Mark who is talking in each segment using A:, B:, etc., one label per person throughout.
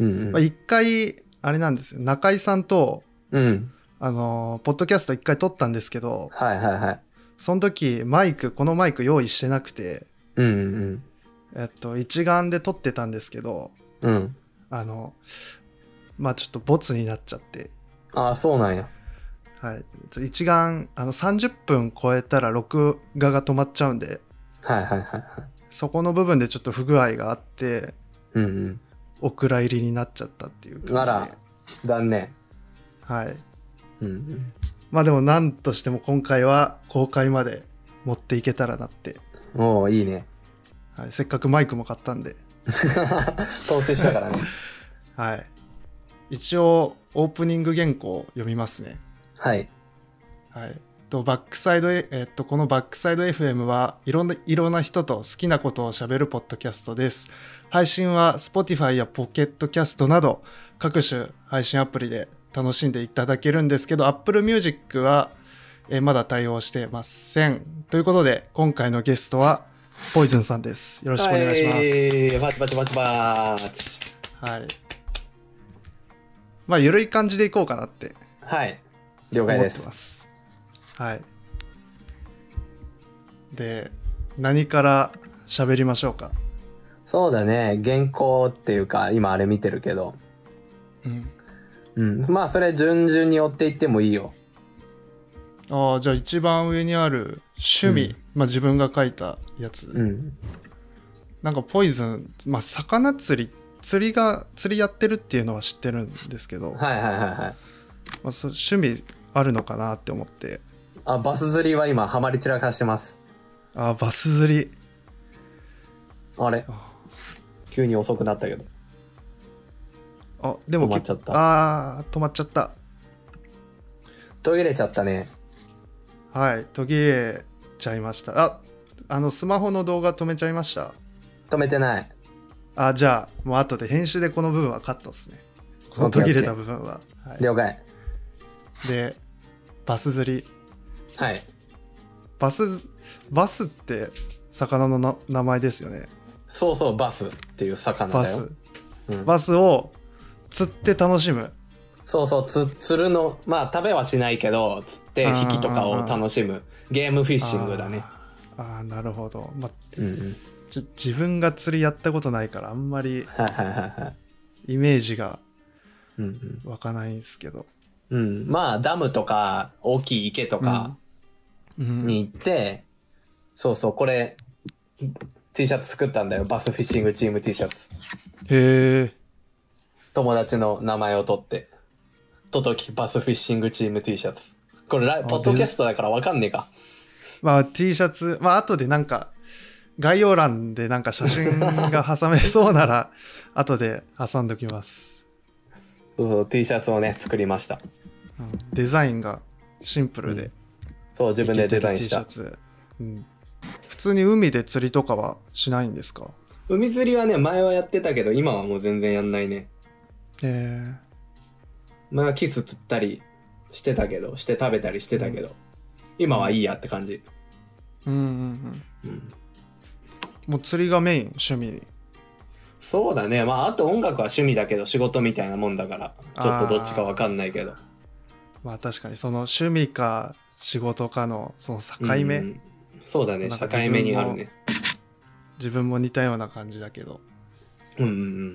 A: うん
B: まあ、一回、あれなんですよ、中井さんと、
A: うん。うん。
B: あのーポッドキャスト一回撮ったんですけど、
A: はいはいはい。
B: その時、マイク、このマイク用意してなくて、
A: うん
B: えっと、一眼で撮ってたんですけど、
A: うん。うん。
B: あの、まあちょっとボツになっちゃって、
A: ああ、そうなんや。
B: はい。ちょ一眼、あの、30分超えたら録画が止まっちゃうんで、
A: はいはいはいはい。
B: そこの部分でちょっと不具合があって、
A: うんうん。
B: お蔵入りになっちゃったっていう感
A: な
B: じで。
A: ら、断念。
B: はい。
A: うんうん。
B: まあでも何としても今回は公開まで持っていけたらなって、
A: おおいいね。
B: はい、せっかくマイクも買ったんで、
A: 投資したからね。
B: はい、一応オープニング原稿を読みますね、
A: はい。
B: はい、とバックサイド、ええっと、このバックサイド FM はいろんないろんな人と好きなことをしゃべるポッドキャストです配信は Spotify やポケットキャストなど各種配信アプリで楽しんでいただけるんですけど Apple Music はえーまだ対応してませんということで今回のゲストはポイズンさんですよろしくお願いします、
A: はいバチバチバチバチ。
B: はい。まあ、ゆるい感じでいこうかなって
A: はい。了
B: 思
A: 解
B: っ
A: で
B: て
A: す。
B: ます。はい。で、何から喋りましょうか。
A: そうだね。原稿っていうか、今あれ見てるけど。
B: うん。
A: うん。まあ、それ順々に追っていってもいいよ。
B: ああ、じゃあ一番上にある趣
A: う
B: 味、
A: ん
B: まあ自分が書いたやつ。
A: うん。
B: なんかポイズン、まあ魚釣り、釣りが、釣りやってるっていうのは知ってるんですけど、ま
A: はいはいはいはい。
B: あ、そう趣味あるのかなって思って、
A: あ、バス釣りは今、ハマり散らかしてます。
B: ああ、バス釣り。
A: あれ
B: あ
A: 急に遅くなったけど。
B: あ、でも
A: 止まっ
B: 結
A: ちゃった
B: ああ、止まっちゃった。
A: 途切れちゃったね。
B: はい、途切れちゃいました。あ、あの、スマホの動画止めちゃいました。
A: 止めてない。
B: あ、じゃあ、もう後で編集でこの部分はカットですね。この途切れた部分は。は
A: 了解。
B: い、で、バス釣り。
A: はい。
B: バス、バスって魚のな名前ですよね。
A: そうそう、バスっていう魚
B: バ
A: だよ。
B: ス。
A: うん
B: バスを釣って楽しむ。
A: そうそう、つ、釣るの、まあ食べはしないけど、釣って
B: あー
A: 引きとかを楽しむ。ゲームフィッシングだね。
B: あー。あーなるほど、ま
A: うんうん。
B: ちょ自分が釣りやったことないからあんまり
A: はいはいはいはい。
B: イメージが
A: うんうん。
B: 湧かないんですけど、
A: うん。まあダムとか、大きい池とか
B: うん、
A: に行って、そうそう、これ、T シャツ作ったんだよ。バスフィッシングチーム T シャツ。
B: へえ
A: 友達の名前を取って。トトキバスフィッシングチーム T シャツ。これライ、
B: あ
A: ポッドキャストだからわかんねえか。
B: まあ T シャツ、まあ後でなんか概要欄でなんか写真が挟めそう なら後で挟んどきます、
A: そうそう、T シャツをね、作りました。
B: うんデザインがシンプルで
A: そう、自分でデザイン
B: イケてる T
A: し
B: シ
A: た。
B: ャツ、うん、普通に海で釣りとかはしないんですか
A: 海釣りはね、前はやってたけど、今はもう全然やんないね。
B: えー
A: 前はキス釣ったりしてたけど、して食べたりしてたけど、今はいいやって感じ。
B: うんうんうん
A: うん。
B: もう釣りがメイン趣味
A: そうだね。まあ、あと音楽は趣味だけど、仕事みたいなもんだから、ちょっとどっちかわかんないけど。
B: まあ確かにその趣味か仕事かのその境目、
A: うんそうだね。
B: なん
A: 境
B: か
A: 目にあるね。
B: 自分も似たような感じだけど
A: うんうん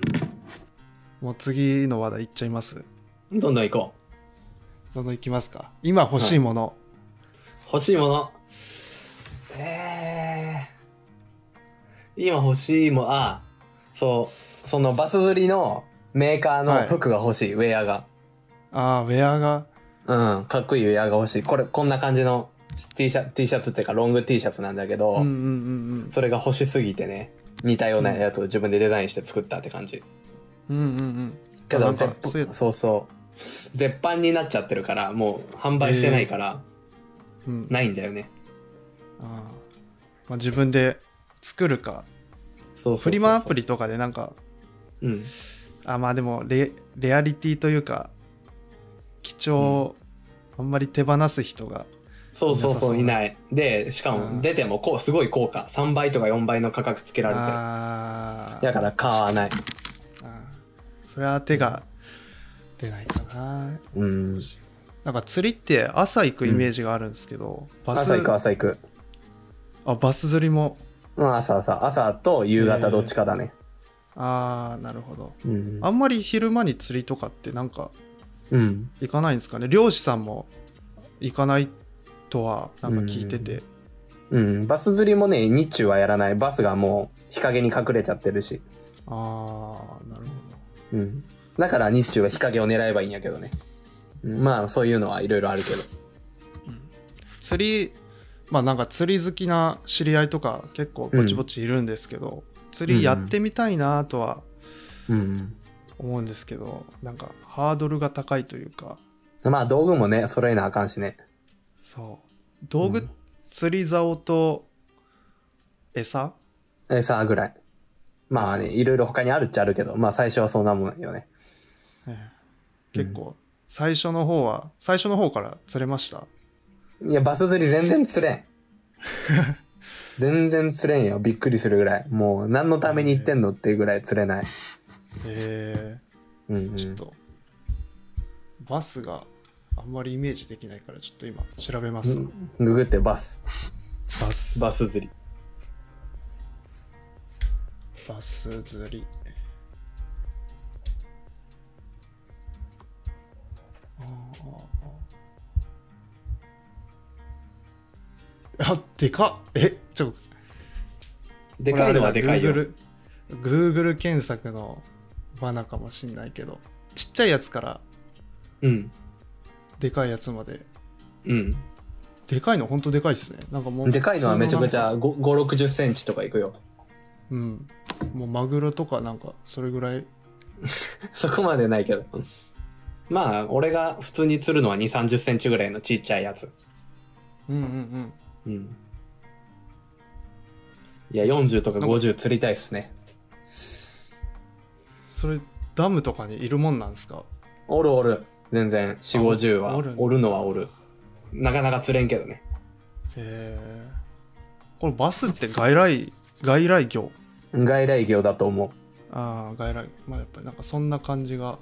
B: もう次の話題いっちゃいます
A: うん。どんどん行こう。
B: どんどんいきますか今欲しいもの、
A: 欲しいもの。えー、今欲しいもの、あ、そう、そのバス釣りのメーカーの服が欲しい、ウェアが。
B: ああ、ウェアが。
A: うん、かっこいいウェアが欲しい。これ、こんな感じの T シャツ、T シャツっていうか、ロング T シャツなんだけど、
B: うんうんうん
A: それが欲しすぎてね、似たようなやつを自分でデザインして作ったって感じ。
B: うん。うんうんうん。
A: け
B: あな
A: ど、
B: んか
A: 絶
B: そういう
A: そうそう。絶版になっちゃってるから、もう販売してないから、
B: うん。
A: ないんだよね。
B: あーまあ、自分で作るか。
A: そうそうそう
B: フリマアプリとかでなんか、
A: リうん。
B: あ、まあでもレ、レアリティというか、貴重、あんまり手放す人が。
A: そうそうそう、い
B: いな
A: ない。で、しか
B: うん
A: も出てもこう、すごい高価。3倍とか4倍の価格つけられてる。
B: ああ
A: だから買わない。
B: あー。それは手が出ないかな。
A: うん。
B: なんか釣りって朝行くイメージがあるんですけど、バス
A: 朝行く、朝行く。
B: あ、バス釣りも。
A: まあ朝朝、朝と夕
B: えー
A: 方どっちかだね。
B: ああ、なるほど。
A: うん
B: あんまり昼間に釣りとかってなんか
A: うん。
B: 行かないんですかね。漁師さんも行かないとはなんか聞いてて。
A: うん。バス釣りもね、日中はやらない。バスがもう日陰に隠れちゃってるし。
B: ああ、なるほど。
A: うん。だから日中は日陰を狙えばいいんやけどね。うんまあそういうのはいろいろあるけど。
B: 釣りまあなんか釣り好きな知り合いとか結構ぼちぼちいるんですけど、釣りやってみたいなとは
A: うん。
B: 思うんですけど、なんかハードルが高いというか
A: まあ道具もね、揃えなあかんしね。
B: そう道具、
A: うん
B: 釣り竿と餌
A: 餌ぐらい。まあね、
B: 餌
A: いろいろ他にあるっちゃあるけど、まあ最初はそんなもんよね。
B: ええ結構最初の方は最初の方から釣れました
A: いや、バス釣り全然釣れ ん。全然釣れんよ。びっくりするぐらい。もう何のために行ってんのっていうぐらい釣れない。
B: え
A: うん、う
B: え
A: ん。
B: ちょっと、バスがあんまりイメージできないからちょっと今調べます、
A: ググってバス。
B: バス
A: バス釣り。
B: バス釣り。あーあ、でかっえ、ちょ、
A: でかいのはでかいよ。
B: グーグル Google 検索の罠かもしんないけど、ちっちゃいやつから
A: うん。
B: でかいやつまで。
A: うん。
B: でかいのほんとでかいっすね。なんかもう。
A: でかいのはめちゃくちゃ
B: 普通のなんか。
A: 5、60センチとかいくよ。
B: うん。もうマグロとかなんか、それぐらい。
A: そこまでないけど。まあ、俺が普通に釣るのは2、30センチぐらいのちっちゃいやつ。
B: うんうんうん。
A: うん。いや、40とか50釣りたいっすね。
B: それ、ダムとかにいるもんなんですか
A: おるおる。全然、4、50は。
B: お
A: お
B: る
A: る
B: んだ
A: のはおる。なかなか釣れんけどね。
B: へえこれバスって外来外来業
A: 外来魚だと思
B: ああ外来まあやっぱりなんかそんな感じが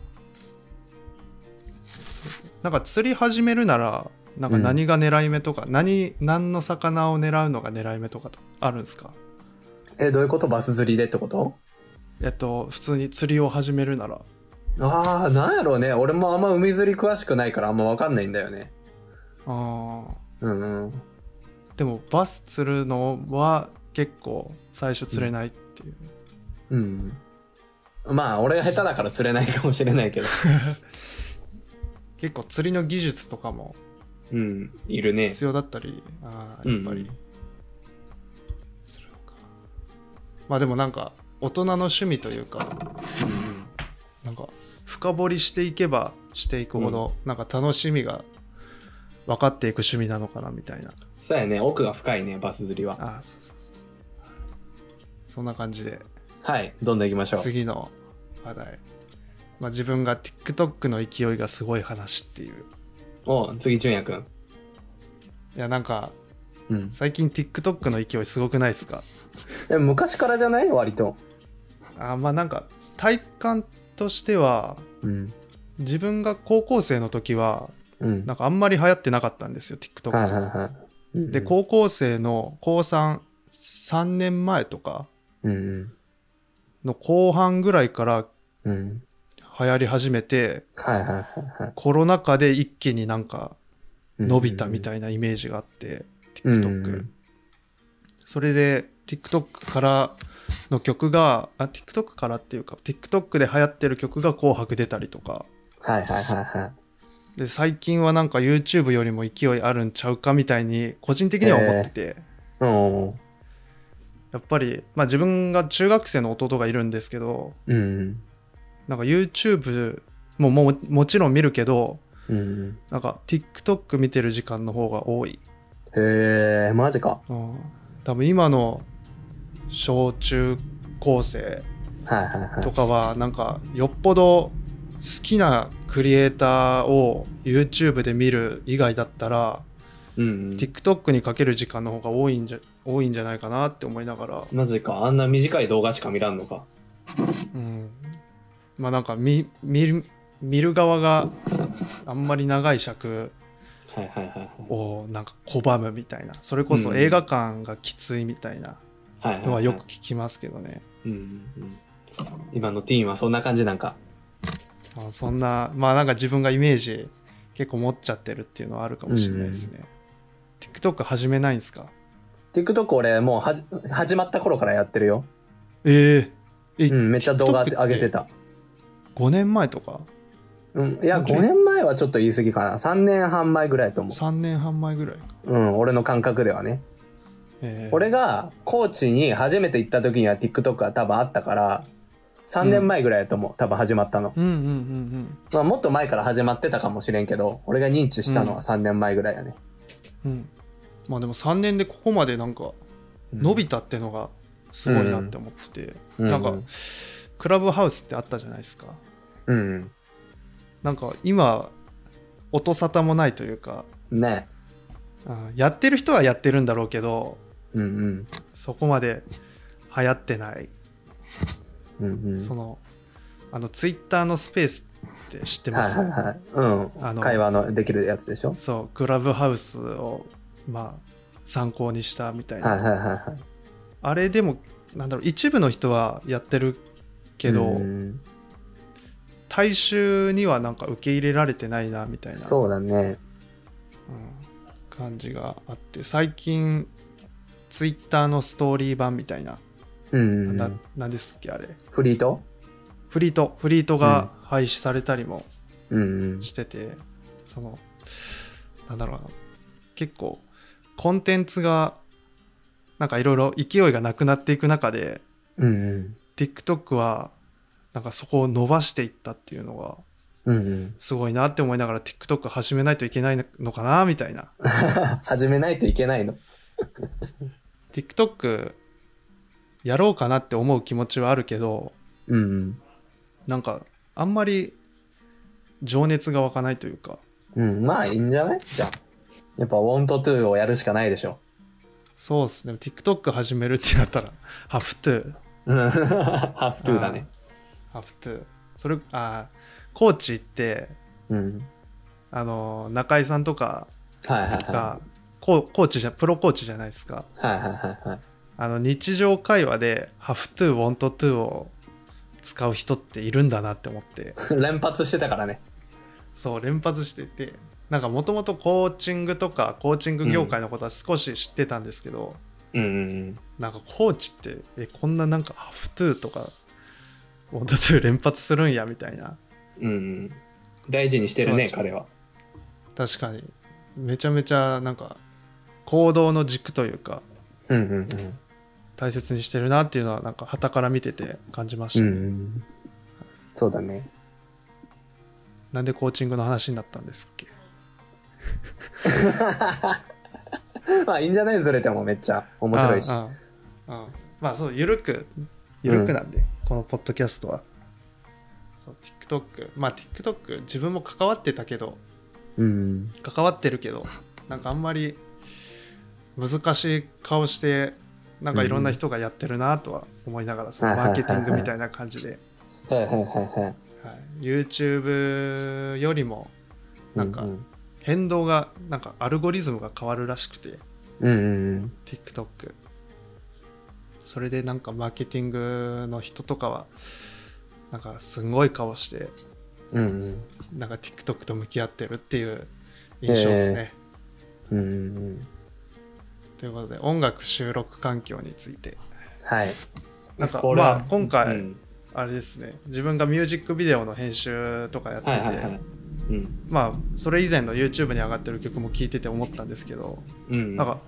B: そうなんか釣り始めるならなんか何が狙い目とか、何何の魚を狙うのが狙い目とかとあるんですか
A: う。え、どういうことバス釣りでってこと
B: えっと普通に釣りを始めるなら
A: ああ、なんやろうね。俺もあんま海釣り詳しくないからあんまわかんないんだよね。
B: ああ
A: うんうん。
B: でもバス釣るのは結構最初釣れないっていう、
A: うん。まあ、俺が下手だから釣れないかもしれないけ ど。
B: 結構釣りの技術とかも
A: うん、いるね。
B: 必要だったり、ああやっぱ
A: うん
B: り
A: うん
B: するのか、まあでもなんか大人の趣味というか
A: うん
B: なんか深掘りしていけばしていくほど、なんか楽しみが分かっていく趣味なのかなみたいな
A: そうやね、奥が深いね、バス釣りは。
B: ああそうそうそうそんな感じで
A: はい、どんどん行きましょう。
B: 次の話題、まあ、自分が TikTok の勢いがすごい話っていう
A: お次、純也くん。
B: いやなんか
A: うん。
B: 最近 TikTok の勢いすごくないですか
A: え、昔からじゃない割と。
B: あーまあなんか体感としては
A: うん。
B: 自分が高校生の時は
A: うん。
B: なんかあんまり流行ってなかったんですよ TikTok、
A: はいはいはい。うんうん
B: で、高校生の高33年前とか
A: うん
B: の後半ぐらいから
A: うん。うん。
B: 流行り始めて
A: はいはいはいはい。
B: コロナ禍で一気になんか伸びたみ
A: い。
B: たいなイメージがあって、
A: うん
B: TikTok、
A: うん
B: それで TikTok からの曲があ TikTok からっていうか TikTok で流行ってる曲が「紅白」出たりとか
A: はいはいはいはい。
B: で最近はなんか YouTube よりも勢いあるんちゃうかみたいに個人的には思ってて、
A: おー
B: やっぱり、まあ、自分が中学生の弟がいるんですけど
A: うん
B: なんか YouTube ももうもちろん見るけど
A: うん。うん
B: なんか TikTok 見てる時間の方が多い、
A: うん。へえ、マジか。
B: うん、多分今の小中高生
A: はいはいはい。
B: とかはなんかよっぽど好きなクリエイターを YouTube で見る以外だったら
A: うんうん。
B: TikTok にかける時間の方が多いんじゃ多いんじゃないかなって思いながら、
A: マジか。あんな短い動画しか見らんのか。
B: うん、まあなんか見見る見る側があんまり長い尺
A: はいはいはい
B: をなんか拒むみたいなそれこそ
A: うん
B: 映画館がきついみたいな
A: はい。はい
B: のはよく聞きますけどね、
A: うんうんうん今のティーンはそんな感じなんか。
B: まあ、そんなまあなんか自分がイメージ結構持っちゃってるっていうのはあるかもしれないですね、TikTok 始めないんですか
A: TikTok 俺もうはじ始まった頃からやってるよ。
B: えええ
A: うん、めっちゃ動画
B: TikTok って
A: 上げてた。
B: 5年前とか
A: うん、いや、
B: もうちょい
A: 5年前はちょっと言い過ぎかな。3年半前ぐらいと思
B: 3年半前ぐらいか、
A: う。うん、俺の感覚ではね。
B: えー
A: 俺が高知に初めて行った時には TikTok が多分あったから、3年前ぐらいだと思う。多分始まったの。
B: うんうんうんうん
A: まあ、もっと前から始まってたかもしれんけど、俺が認知したのは3年前ぐらいやね。
B: うん、まあでも3年でここまでなんか伸びたってのがすごいなって思ってて、
A: うん
B: なんかクラブハウスってあったじゃないですか
A: うん。
B: なんか今音沙汰もないというか、
A: ね。
B: うんやってる人はやってるんだろうけど
A: うんうん。
B: そこまで流行ってない、
A: うんうん。
B: そのあのツイッターのスペースって知って
A: は
B: ま
A: い
B: す、
A: はいはい。うん。
B: あの
A: 会話のできるやつでしょ
B: そうクラブハウスをまあ参考にしたみたいな、
A: はいはいはいはい。
B: あれでもなんだろう一部の人はやってるけど、
A: うん
B: 大衆にはなんか受け入れられてないなみたいな、
A: そうだね。
B: うん感じがあって最近ツイッターのストーリー版みたいな、
A: うんうんう。
B: なんなんですっけあれ
A: フリート
B: フリートフリートが廃止されたりも
A: うんうん。
B: してて、そのなんだろうな結構コンテンツがなんかいろいろ勢いがなくなっていく中で
A: うん
B: TikTok はなんかそこを伸ばしていったっていうのが
A: うん。うんうん。
B: すごいなって思いながら TikTok 始めないといけないのかなみたい な
A: 始めないといけないの。
B: TikTok やろうかなって思う気持ちはあるけど
A: うんうん。
B: なんかあんまり情熱が湧かないというか
A: うん、まあいいんじゃないじゃあ。やっぱ Want to をやるしかないでしょ。
B: そうですね TikTok 始めるってなったら Have to
A: うん。 ハーフトゥーだね。
B: Have to それあー高知行って
A: うん。
B: あのー中井さんとか
A: はいはいは
B: がこう高知じゃプロ高知じゃないですか
A: い。はいはいはいはい。
B: あの日常会話で Have to want to を使う人っているんだなって思って
A: 連発してたからね。
B: そう連発しててなんかもともとコーチングとかコーチング業界のことは少し知ってたんですけど、
A: うんうん
B: なんかコーチってえこんななんか「ハフトゥー」とか「オントゥー」連発するんやみたいな
A: うん。うんうん。大事にしてるね、彼は。
B: 確かにめちゃめちゃなんか行動の軸というか
A: うんうんうん。
B: 大切にしてるなっていうのはなんか旗から見てて感じまし
A: う
B: たね、
A: んうん。そうだね。
B: なんでコーチングの話になったんですっけ
A: まあいいんじゃないずれてもめっちゃ面白いし。
B: ああああまあそうゆるくゆるくなんで、このポッドキャストはそう TikTok まあ TikTok 自分も関わってたけど
A: うん。
B: 関わってるけどなんかあんまり難しい顔してなんかいろんな人がやってるなとは思いながら、そのマーケティングみたいな感じで、
A: はいはいはいはい。
B: はい、YouTube よりもなんか
A: う
B: 変動がなんかアルゴリズムが変わるらしくて
A: うんうん。
B: TikTok それでなんかマーケティングの人とかはなんかすごい顔して
A: うんうん。
B: なんか TikTok と向き合ってるっていう印象ですね、
A: うんうんうん。
B: ということで音楽収録環境について
A: はい。
B: なんか
A: これは
B: まあ今回
A: うん
B: あれですね自分がミュージックビデオの編集とかやってて、
A: はいはいはい。うん。
B: まあそれ以前の YouTube に上がってる曲も聴いてて思ったんですけど、
A: うん。
B: なんか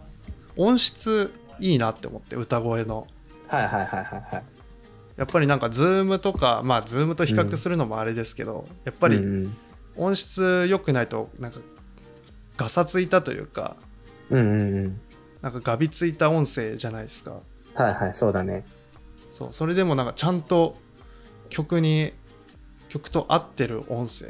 B: 音質いいなって思って歌声の
A: はいはいはいはいはい。
B: やっぱりなんか Zoom とかまあ Zoom と比較するのもあれですけど、やっぱ
A: う
B: り
A: んうん
B: 音質良くないとなんかガサついたというか
A: うんうんうん。
B: なんかガビついた音声じゃないですか
A: はいはい、そうだね。
B: そうそれでもなんかちゃんと曲に曲と合ってる音声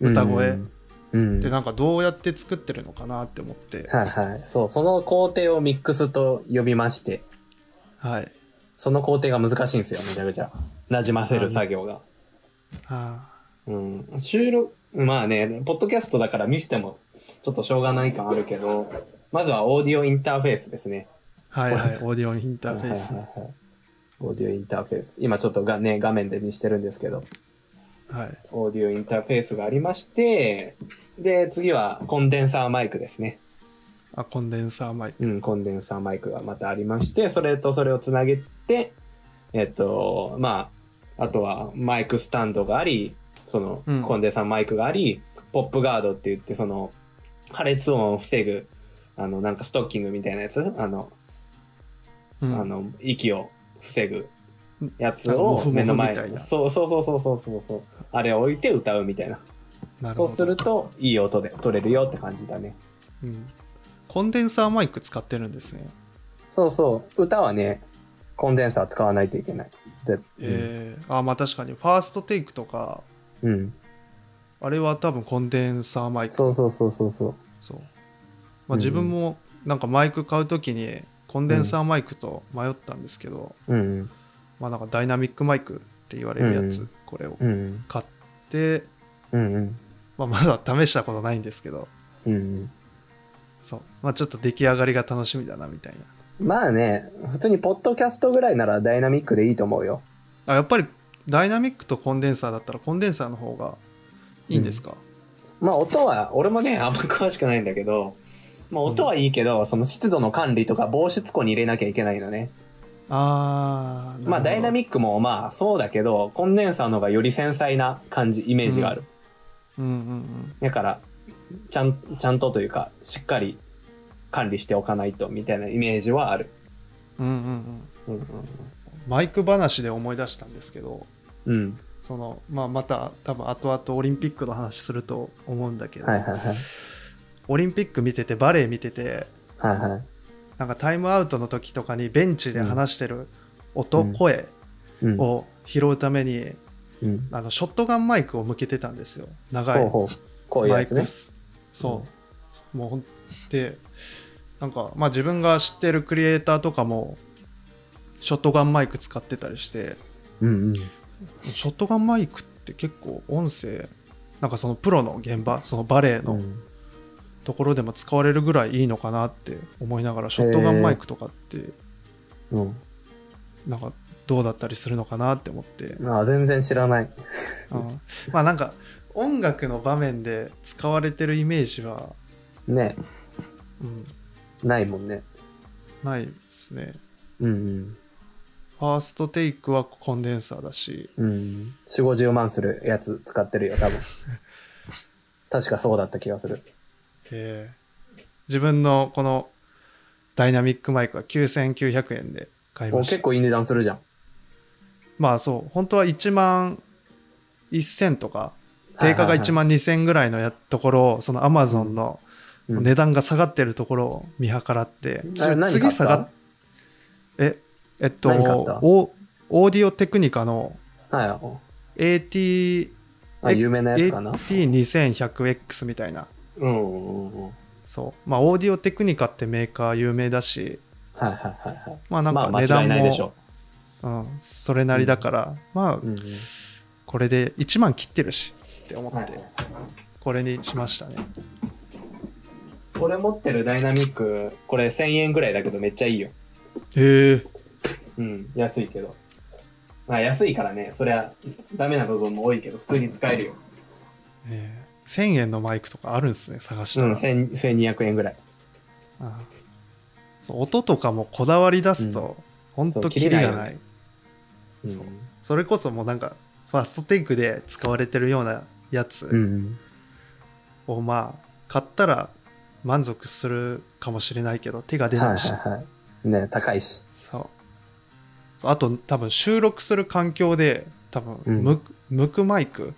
B: 歌声
A: うんうん。
B: でなんかどうやって作ってるのかなって思って、
A: はいはい。そう、その工程をミックスと呼びまして、
B: はい、
A: その工程が難しいんですよ、めちゃくちゃ。馴染ませる作業が。
B: あ
A: うん、収録、まあね、ポッドキャストだから見しても、ちょっとしょうがない感あるけど、まずはオーディオインターフェースですね。
B: あはいはい、オーディオインターフェース
A: はい。はいはいオーディオインターフェース。今ちょっとがね、画面で見してるんですけど、
B: はい。
A: オーディオインターフェースがありまして、で、次はコンデンサーマイクですね。
B: あ、コンデンサーマイク。
A: うん、コンデンサーマイクがまたありまして、それとそれをつなげて、えっと、まあ、あとはマイクスタンドがあり、その
B: うん
A: コンデンサーマイクがあり、ポップガードって言って、その破裂音を防ぐ、あの、なんかストッキングみたいなやつ、あの、
B: うん
A: あの、息を防ぐやつ
B: うんあのモ
A: を
B: フモフ
A: 目の前
B: みたいな
A: そうそうそうそうそうそうそう、あれを置いて歌うみたいな。
B: なる
A: そ
B: ほ
A: うす
B: ど
A: る。と、いい音で撮れるよって感じだね。
B: うんコンデンサーマイク使ってるんですね。
A: そうそう。歌はね、コンデンサー使わないといけない。絶
B: えーあ、まあ確かに、ファーストテイクとか、
A: うん。
B: あれは多分コンデンサーマイク。
A: そうそうそうそうそう。
B: そう。まあ自分もなんかマイク買うときにコンデンサーマイクと迷ったんですけど、
A: うん
B: まあなんかダイナミックマイクって言われるやつ、
A: うん
B: これを
A: うん。うん
B: 買って、
A: うん。うん
B: まあまだ試したことないんですけど、
A: うん。うん
B: そう。まあちょっと出来上がりが楽しみだなみたいな。
A: まあね、普通にポッドキャストぐらいならダイナミックでいいと思うよ。
B: あ、やっぱりダイナミックとコンデンサーだったらコンデンサーの方がいいんですか、
A: まあ音は、俺もね、あんま詳しくないんだけど、まあ音はいいけど、その湿度の管理とか防湿庫に入れなきゃいけないのね。
B: あー、
A: まあダイナ
B: ッ
A: ミックもまあそうだけど、コンデンサーの方がより繊細な感じ、イメージがある。
B: ク。うんうんうん。
A: だから、ちゃん、ちゃんとというか、しっかり管理しておかないと、みたいなイメージはある。
B: うんうんうん。
A: うんうん
B: マイク話で思い出したんですけど、
A: うん。
B: そのまあ、また多分後々オリンピックの話すると思うんだけ
A: うん。
B: ど、
A: はいはいはい。
B: オリンピック見ててバレエ見てて
A: はいはい。
B: なんかタイムアウトの時とかにベンチで話してる音、
A: うん
B: 声
A: うん。
B: を拾うために、
A: うん
B: あのショットガンマイクを向けてたんですよ長い
A: ほうほう。こういう
B: マ
A: や
B: イ
A: つ
B: ク
A: ね。
B: そう、もうほんでなんか、まあ、自分が知ってるクリエイターとかもショットガンマイク使ってたりして
A: うんうん。
B: ショットガンマイクって結構音声なんかそのプロの現場そのバレエの、
A: うん
B: ところでも使われるぐらいいいのかなって思いながらショットガンマイクとかって
A: うん。
B: なんかどうだったりするのかなって思って、
A: ああ、全然知らない。
B: うんまあなんか音楽の場面で使われてるイメージは、
A: ね。
B: うん、
A: ないもんね。
B: ないですね
A: うん
B: ファーストテイクはコンデンサーだし
A: うん。うん。四五十万するやつ使ってるよ、 多分。確かそうだった気がする。
B: えー自分のこのダイナミックマイクは9900円で買い
A: お
B: ま
A: 結
B: した
A: 構いい値段するじゃん。
B: まあそう本当は1万1000とか定価が1
A: 万
B: 万2000ぐらいのやところをそのアマゾンの値段が下がってるところを見計らって、つ次下がっええっと
A: 何買った
B: オオーディオテクニカの
A: はい。
B: AT
A: あ、
B: え
A: 有名なやつかな。
B: AT2100X みたいな
A: うんうんうんうん。
B: そうまあオーディオテクニカってメーカー有名だし
A: はいはいはいはい。
B: まあなん
A: ま
B: か
A: あ
B: 値
A: 間違
B: 段
A: いないでし
B: も、
A: ょ
B: うん、それなりだから、まあ
A: う。うんうん。
B: これで1万切ってるしって思
A: は
B: っ
A: い
B: て、。これにしましたね
A: これ持ってるダイナミック、これ1000円ぐらいだけどめっちゃいいよ。
B: へえ
A: うん、安いけど。まあ安いからね、そりゃダメな部分も多いけど、普通に使えるよ。
B: えー1000円のマイクとかあるんですね探し
A: う
B: た
A: ん、
B: ら、
A: 1000 1200円ぐらい。
B: ああそう音とかもこだわり出すと、ほんとキリがない
A: そうキリ
B: そ
A: ないうん
B: そうれこそもうなんかファーストテイクで使われてるようなや
A: う
B: つ
A: ん。
B: をまあ買ったら満足するかもしれないけど手が出
A: はいは
B: ないいし、
A: はい。ね、高いし。
B: そうそうあと多分収録する環境で多分
A: うん
B: 向く,、向くマイク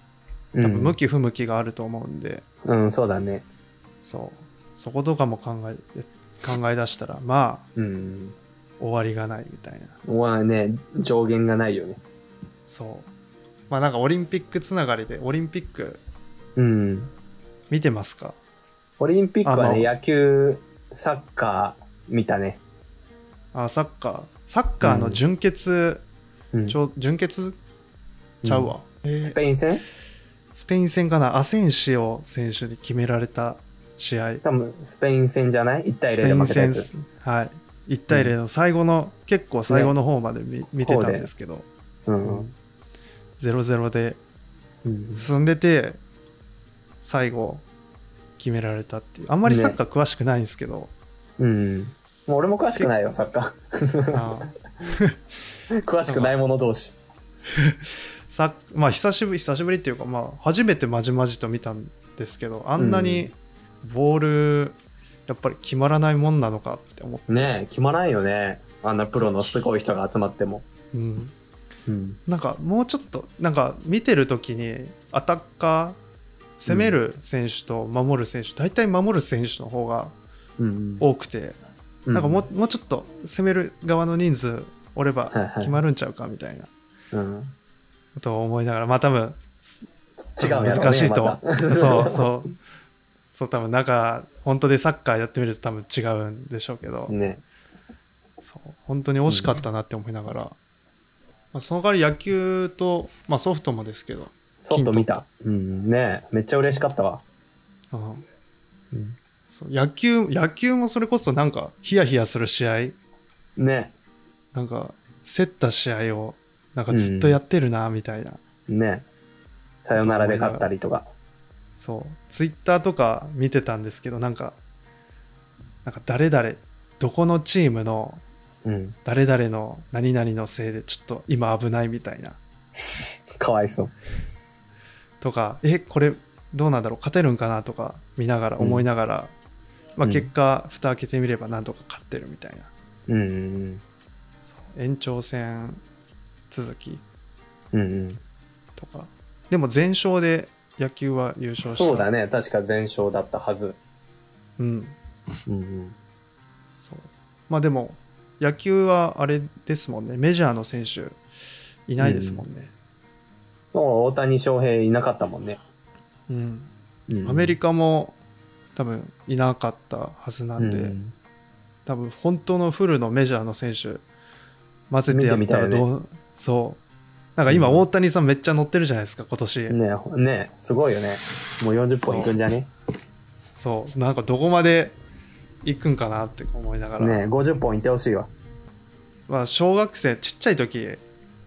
A: う
B: 多
A: ん
B: 分向き不向きがあると思うんで、
A: うん、そうだね。
B: そうそことかも考え考え出したらまあ
A: うん。
B: 終わりがないみたいな
A: まあね、上限がないよね。
B: そう。まあなんかオリンピックつながりで、オリンピック
A: うん。
B: 見てますか
A: オリンピックはね、
B: あ
A: 野球、サッカー、見たね。
B: あ、サッカー。サッカーの準決、
A: うん
B: ちょ準決ちゃうわ。
A: スペイン戦
B: スペイン戦かなアセンシオ選手に決められた試合
A: 多分スペイン戦じゃない ?1 対0
B: スペイ
A: で
B: ン
A: 負けたや
B: 戦
A: つ。
B: はい1対0の最後の、結構最後の方まで見,、見てたんですけど、
A: う
B: うんん、0-0で
A: うん
B: 進んでて最後決められたっていうあんまりサッカー詳しくないんですけど、
A: うん。もう俺も詳しくないよ、サッカー。
B: あ ー
A: 詳しくないもの同士。
B: サッまあ久しぶり久しぶりっていうか、まあ、初めてまじまじと見たんですけどあんなにボールやっぱり決まらないもんなのかって思って、
A: ねえ、決まらんよね。あんなプロのすごい人が集まっても。
B: うん、
A: うん。
B: なんかもうちょっとなんか見てる時にアタッカー攻める選手と守る選手、大体守る選手の方が
A: うん。
B: 多くて、
A: う
B: なんかもうもうちょっと攻める側の人数おれ
A: はい
B: ば
A: はい
B: 決まるんちゃうかみたいな
A: うん。
B: ことを思いながらまあ多分
A: 違うんやろうね
B: 難しいと、
A: ま
B: そうそうそう多分なんか本当でサッカーやってみると多分違うんでしょうけど、
A: ね
B: そう本当に惜しかったなって思いながら、まあ、その代わり野球と、まあ、ソフトもですけど、
A: ソフト見
B: 金
A: た。うん。ねえ、めっちゃ嬉しかったわ。
B: うん
A: うん
B: そう野球野球もそれこそなんかヒヤヒヤする試合
A: ね
B: なんか競った試合をなんかずっとやってるなみたいな、
A: え、ねえ。さよならで勝ったりとか。
B: そうツイッターとか見てたんですけどなんかなんか誰々どこのチームの
A: うん。
B: 誰々の何々のせいでちょっと今危ないみたいな
A: かわいそう。
B: とかえこれどうなんだろう勝てるんかなとか見ながら
A: うん
B: 思いながら、まあ、
A: うん
B: 結果、蓋開けてみればなんとか勝ってるみたいな
A: うんうん
B: そう延長戦続き
A: うん。うんうん。
B: とかでも全勝で野球は優勝した
A: そうだね。確か全勝だったはず。
B: うん
A: うん
B: そうまあでも野球はあれですもんねメジャーの選手いないですもんね、
A: もう大谷翔平いなかったもんね。
B: うん
A: うん
B: アメリカも多分いなかったはずなんで、
A: うん
B: 多分本当のフルのメジャーの選手混ぜてやったら
A: 見てみたい
B: どう、そうなんか今
A: うん
B: 大谷さんめっちゃ乗ってるじゃないですか今年、
A: ねえ、ねえ、すごいよね。もう40本いくんじゃね
B: そうなんかどこまで行くんかなって思いながら、
A: ねえ、50本いってほしいわ。
B: まあ、小学生ちっちゃい時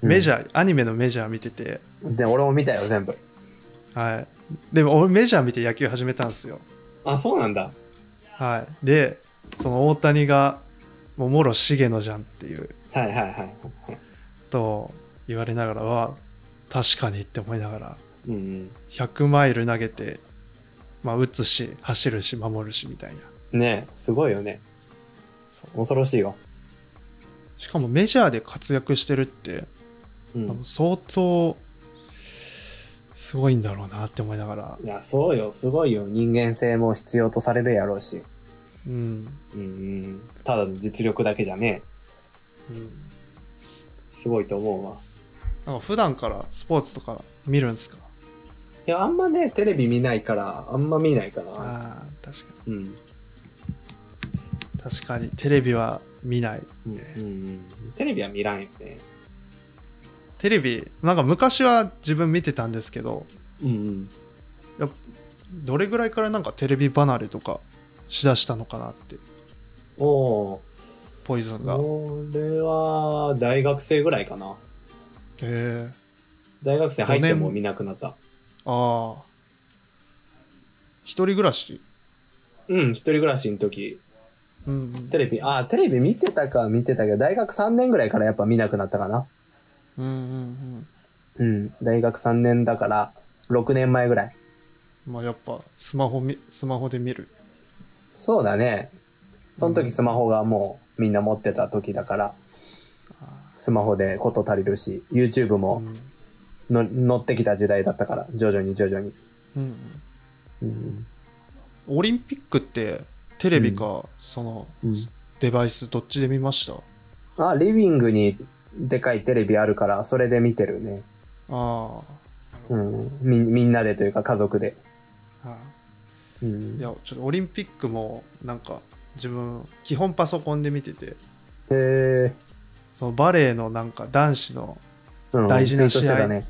B: メジ
A: ャ
B: ャー、アニメのメジャー見てて
A: ー。で、俺も見たよ、全部。
B: はいでも俺メジャー見て野球始めたんですよ
A: あ、そうなんだ。
B: はいでその大谷がもうもろ重野じゃんっていう
A: はいはいはい。
B: と言われながらは確かにって思いながら
A: うんうん。
B: 100マイル投げて、まあ、打つし走るし守るしみたいな
A: ねえ、すごいよね。
B: そう
A: 恐ろしいわ。
B: しかもメジャーで活躍してるって、
A: う
B: あ
A: ん
B: の。相当すごいんだろうなって思いながら
A: いや、そうよ、すごいよ。人間性も必要とされるやろうし。
B: うん、
A: うんうん。ただの実力だけじゃね
B: うん、
A: え。すごいと思うわ。
B: なんか普段からスポーツとか見るんですか
A: いや、あんまね、テレビ見ないから、あんま見ないかな。
B: ああ確か
A: うん。
B: に確かにテレビは見ない
A: うんうんテレビは見らんよね。
B: テレビなんか昔は自分見てたんですけど
A: うんうん。
B: やっぱどれぐらいからなんかテレビ離れとかしだしたのかなって
A: おお
B: ポイズンが
A: ー。
B: へ
A: これは、大学生ぐらいかな。
B: え
A: 大学生入っても
B: 五年
A: 見なくなった。
B: ああ。一人暮らし
A: うん、一人暮らしの時、
B: うん、うん。
A: テレビ、あー、テレビ見てたかは見てたけど、大学3年ぐらいからやっぱ見なくなったかな。
B: うんうん
A: うん、大学3年だから、6年前ぐらい。
B: うん。まあやっぱ、スマホみ、スマホで見る。
A: そうだね。その
B: う
A: 時
B: ん
A: スマホがもうみんな持ってた時だから、
B: あ
A: スマホでこと足りるし、YouTube
B: あう
A: も
B: ん。
A: の、乗ってきた時代だったから、徐々に徐々に。
B: うん
A: うん。
B: うん。オリンピックって、テレビか、その、
A: うん
B: デバイスどっちで見ました
A: あ、リビングにでかいテレビあるから、それで見てるね。
B: ああ。
A: うん。み、みんなでというか家族で。
B: あ
A: う
B: あ
A: ん。
B: いや、ちょっとオリンピックも、なんか、自分、基本パソコンで見てて、
A: へー
B: そのバレーのなんか男子の
A: うん
B: 大事な試合
A: ツイートしてたね。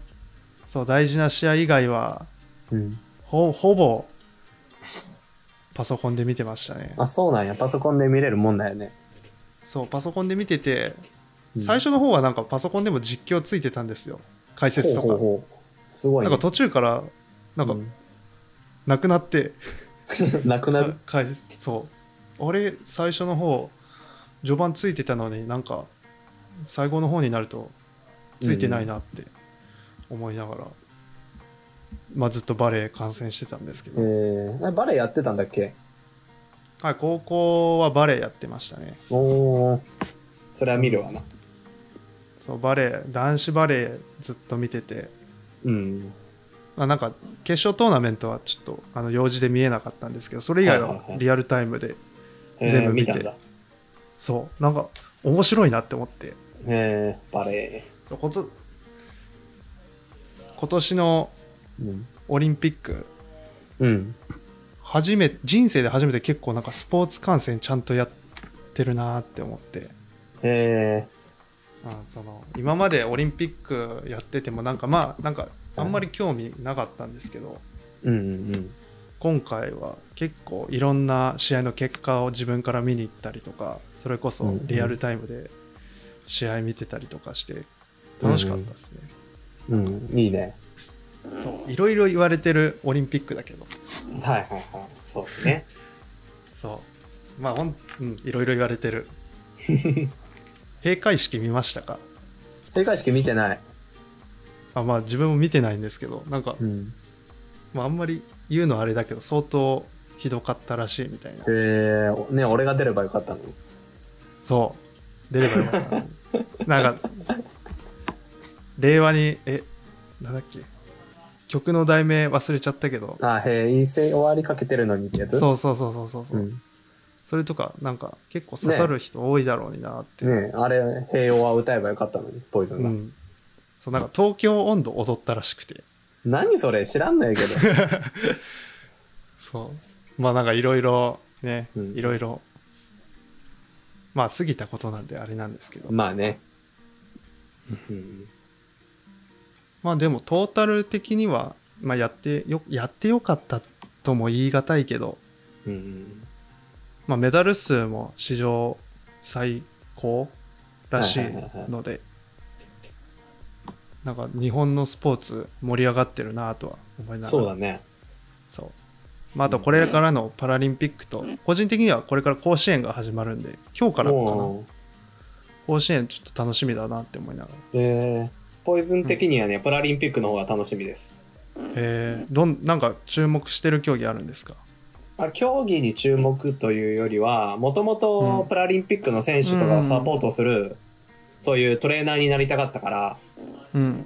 B: そう、大事な試合以外は、
A: うん。
B: ほほぼ、パソコンで見てましたね。
A: あ、そうなんや。パソコンで見れるもんだよね。
B: そう、パソコンで見てて、
A: うん
B: 最初の方はなんかパソコンでも実況ついてたんですよ。解説と
A: ほう
B: か。
A: ほうほうすごい
B: な
A: ね、
B: んか途中から、なんか、なくなって、
A: うん なくなる
B: か。解説そうあれ最初の方序盤ついてたのになんか最後の方になるとついてないなって思いながら、まあずっとバレエ観戦してたんですけ
A: え
B: ど、
A: ー、あバレエやってたんだっけ
B: はい、高校はバレエやってましたね
A: おー。それは見るわな。
B: そうバレエ男子バレエずっと見てて、
A: うん。
B: まあ、なんか決勝トーナメントはちょっとあの用事で見えなかったんですけどそれ以外
A: はい
B: は
A: はいはい
B: リアルタイムで
A: えー
B: 全部見て
A: たんだ。
B: そうなんか面白いなって思って
A: えー、バレ
B: そうこと今年の
A: エ。うん。
B: オリンピック
A: うん。
B: 初め人生で初めて結構なんかスポーツ観戦ちゃんとやってるなーって思って、
A: え
B: あその今までオリンピックやっててもなんかまあなんかあんまり興味なかったんですけど
A: ー、うんうん
B: 今回は結構いろんな試合の結果を自分から見に行ったりとかそれこ
A: うん
B: そ
A: うん
B: リアルタイムで試合見てたりとかして楽しかったですね、
A: うん。うん、いいね。
B: そういろいろ言われてるオリンピックだけど
A: はいはいはい。そうですね。
B: そう。まあ、ほん、うん、いろいろ言われてる。 閉会式見ましたか
A: 閉会式見てない。
B: あ、まあ、自分も見てないんですけど、なんか、
A: うん。
B: まあ、あんまり言うのはあれだけど、相当ひどかったらしいみたいな
A: え。ー、ね、俺が出ればよかったのに。
B: そう。出ればよかったのに。なんか、令和に、え、なんだっけ。曲の題名忘れちゃったけど、
A: あ、へえ、一斉終わりかけてるのにってやつ
B: そうそうそうそうそうそうう。
A: ん。
B: それとか、なんか、結構刺さる人多いだろうになって。
A: ねあれ、平和は歌えばよかったのに、ポイズン
B: う
A: が。
B: ん。そう、なんか、東京温度踊ったらしくて。
A: 何それ知らんのやけど。
B: そう。まあなんかいろいろね、
A: うん
B: いろいろ、まあ過ぎたことなんであれなんですけど。
A: まあね。うん
B: まあでもトータル的には、まあやってよ、やってよかったとも言い難いけど、
A: うん。
B: まあメダル数も史上最高らしい
A: はいはいはいはい
B: ので、なんか日本のスポーツ盛り上がってるなとは思いながら。
A: そうだね。
B: そう。まあ、あとこれからのパラリンピックと、個人的にはこれから甲子園が始まるんで、今日からかな。
A: も
B: 甲子園ちょっと楽しみだなって思いながら。
A: うえー、ポイズン的にはね、パラリンピックの方が楽しみです。
B: えー、どん、なんか注目してる競技あるんですか
A: まあ、競技に注目というよりは、もともと
B: うん
A: パラリンピックの選手とかをサポートする、そういうトレーナーになりたかったから、
B: うん。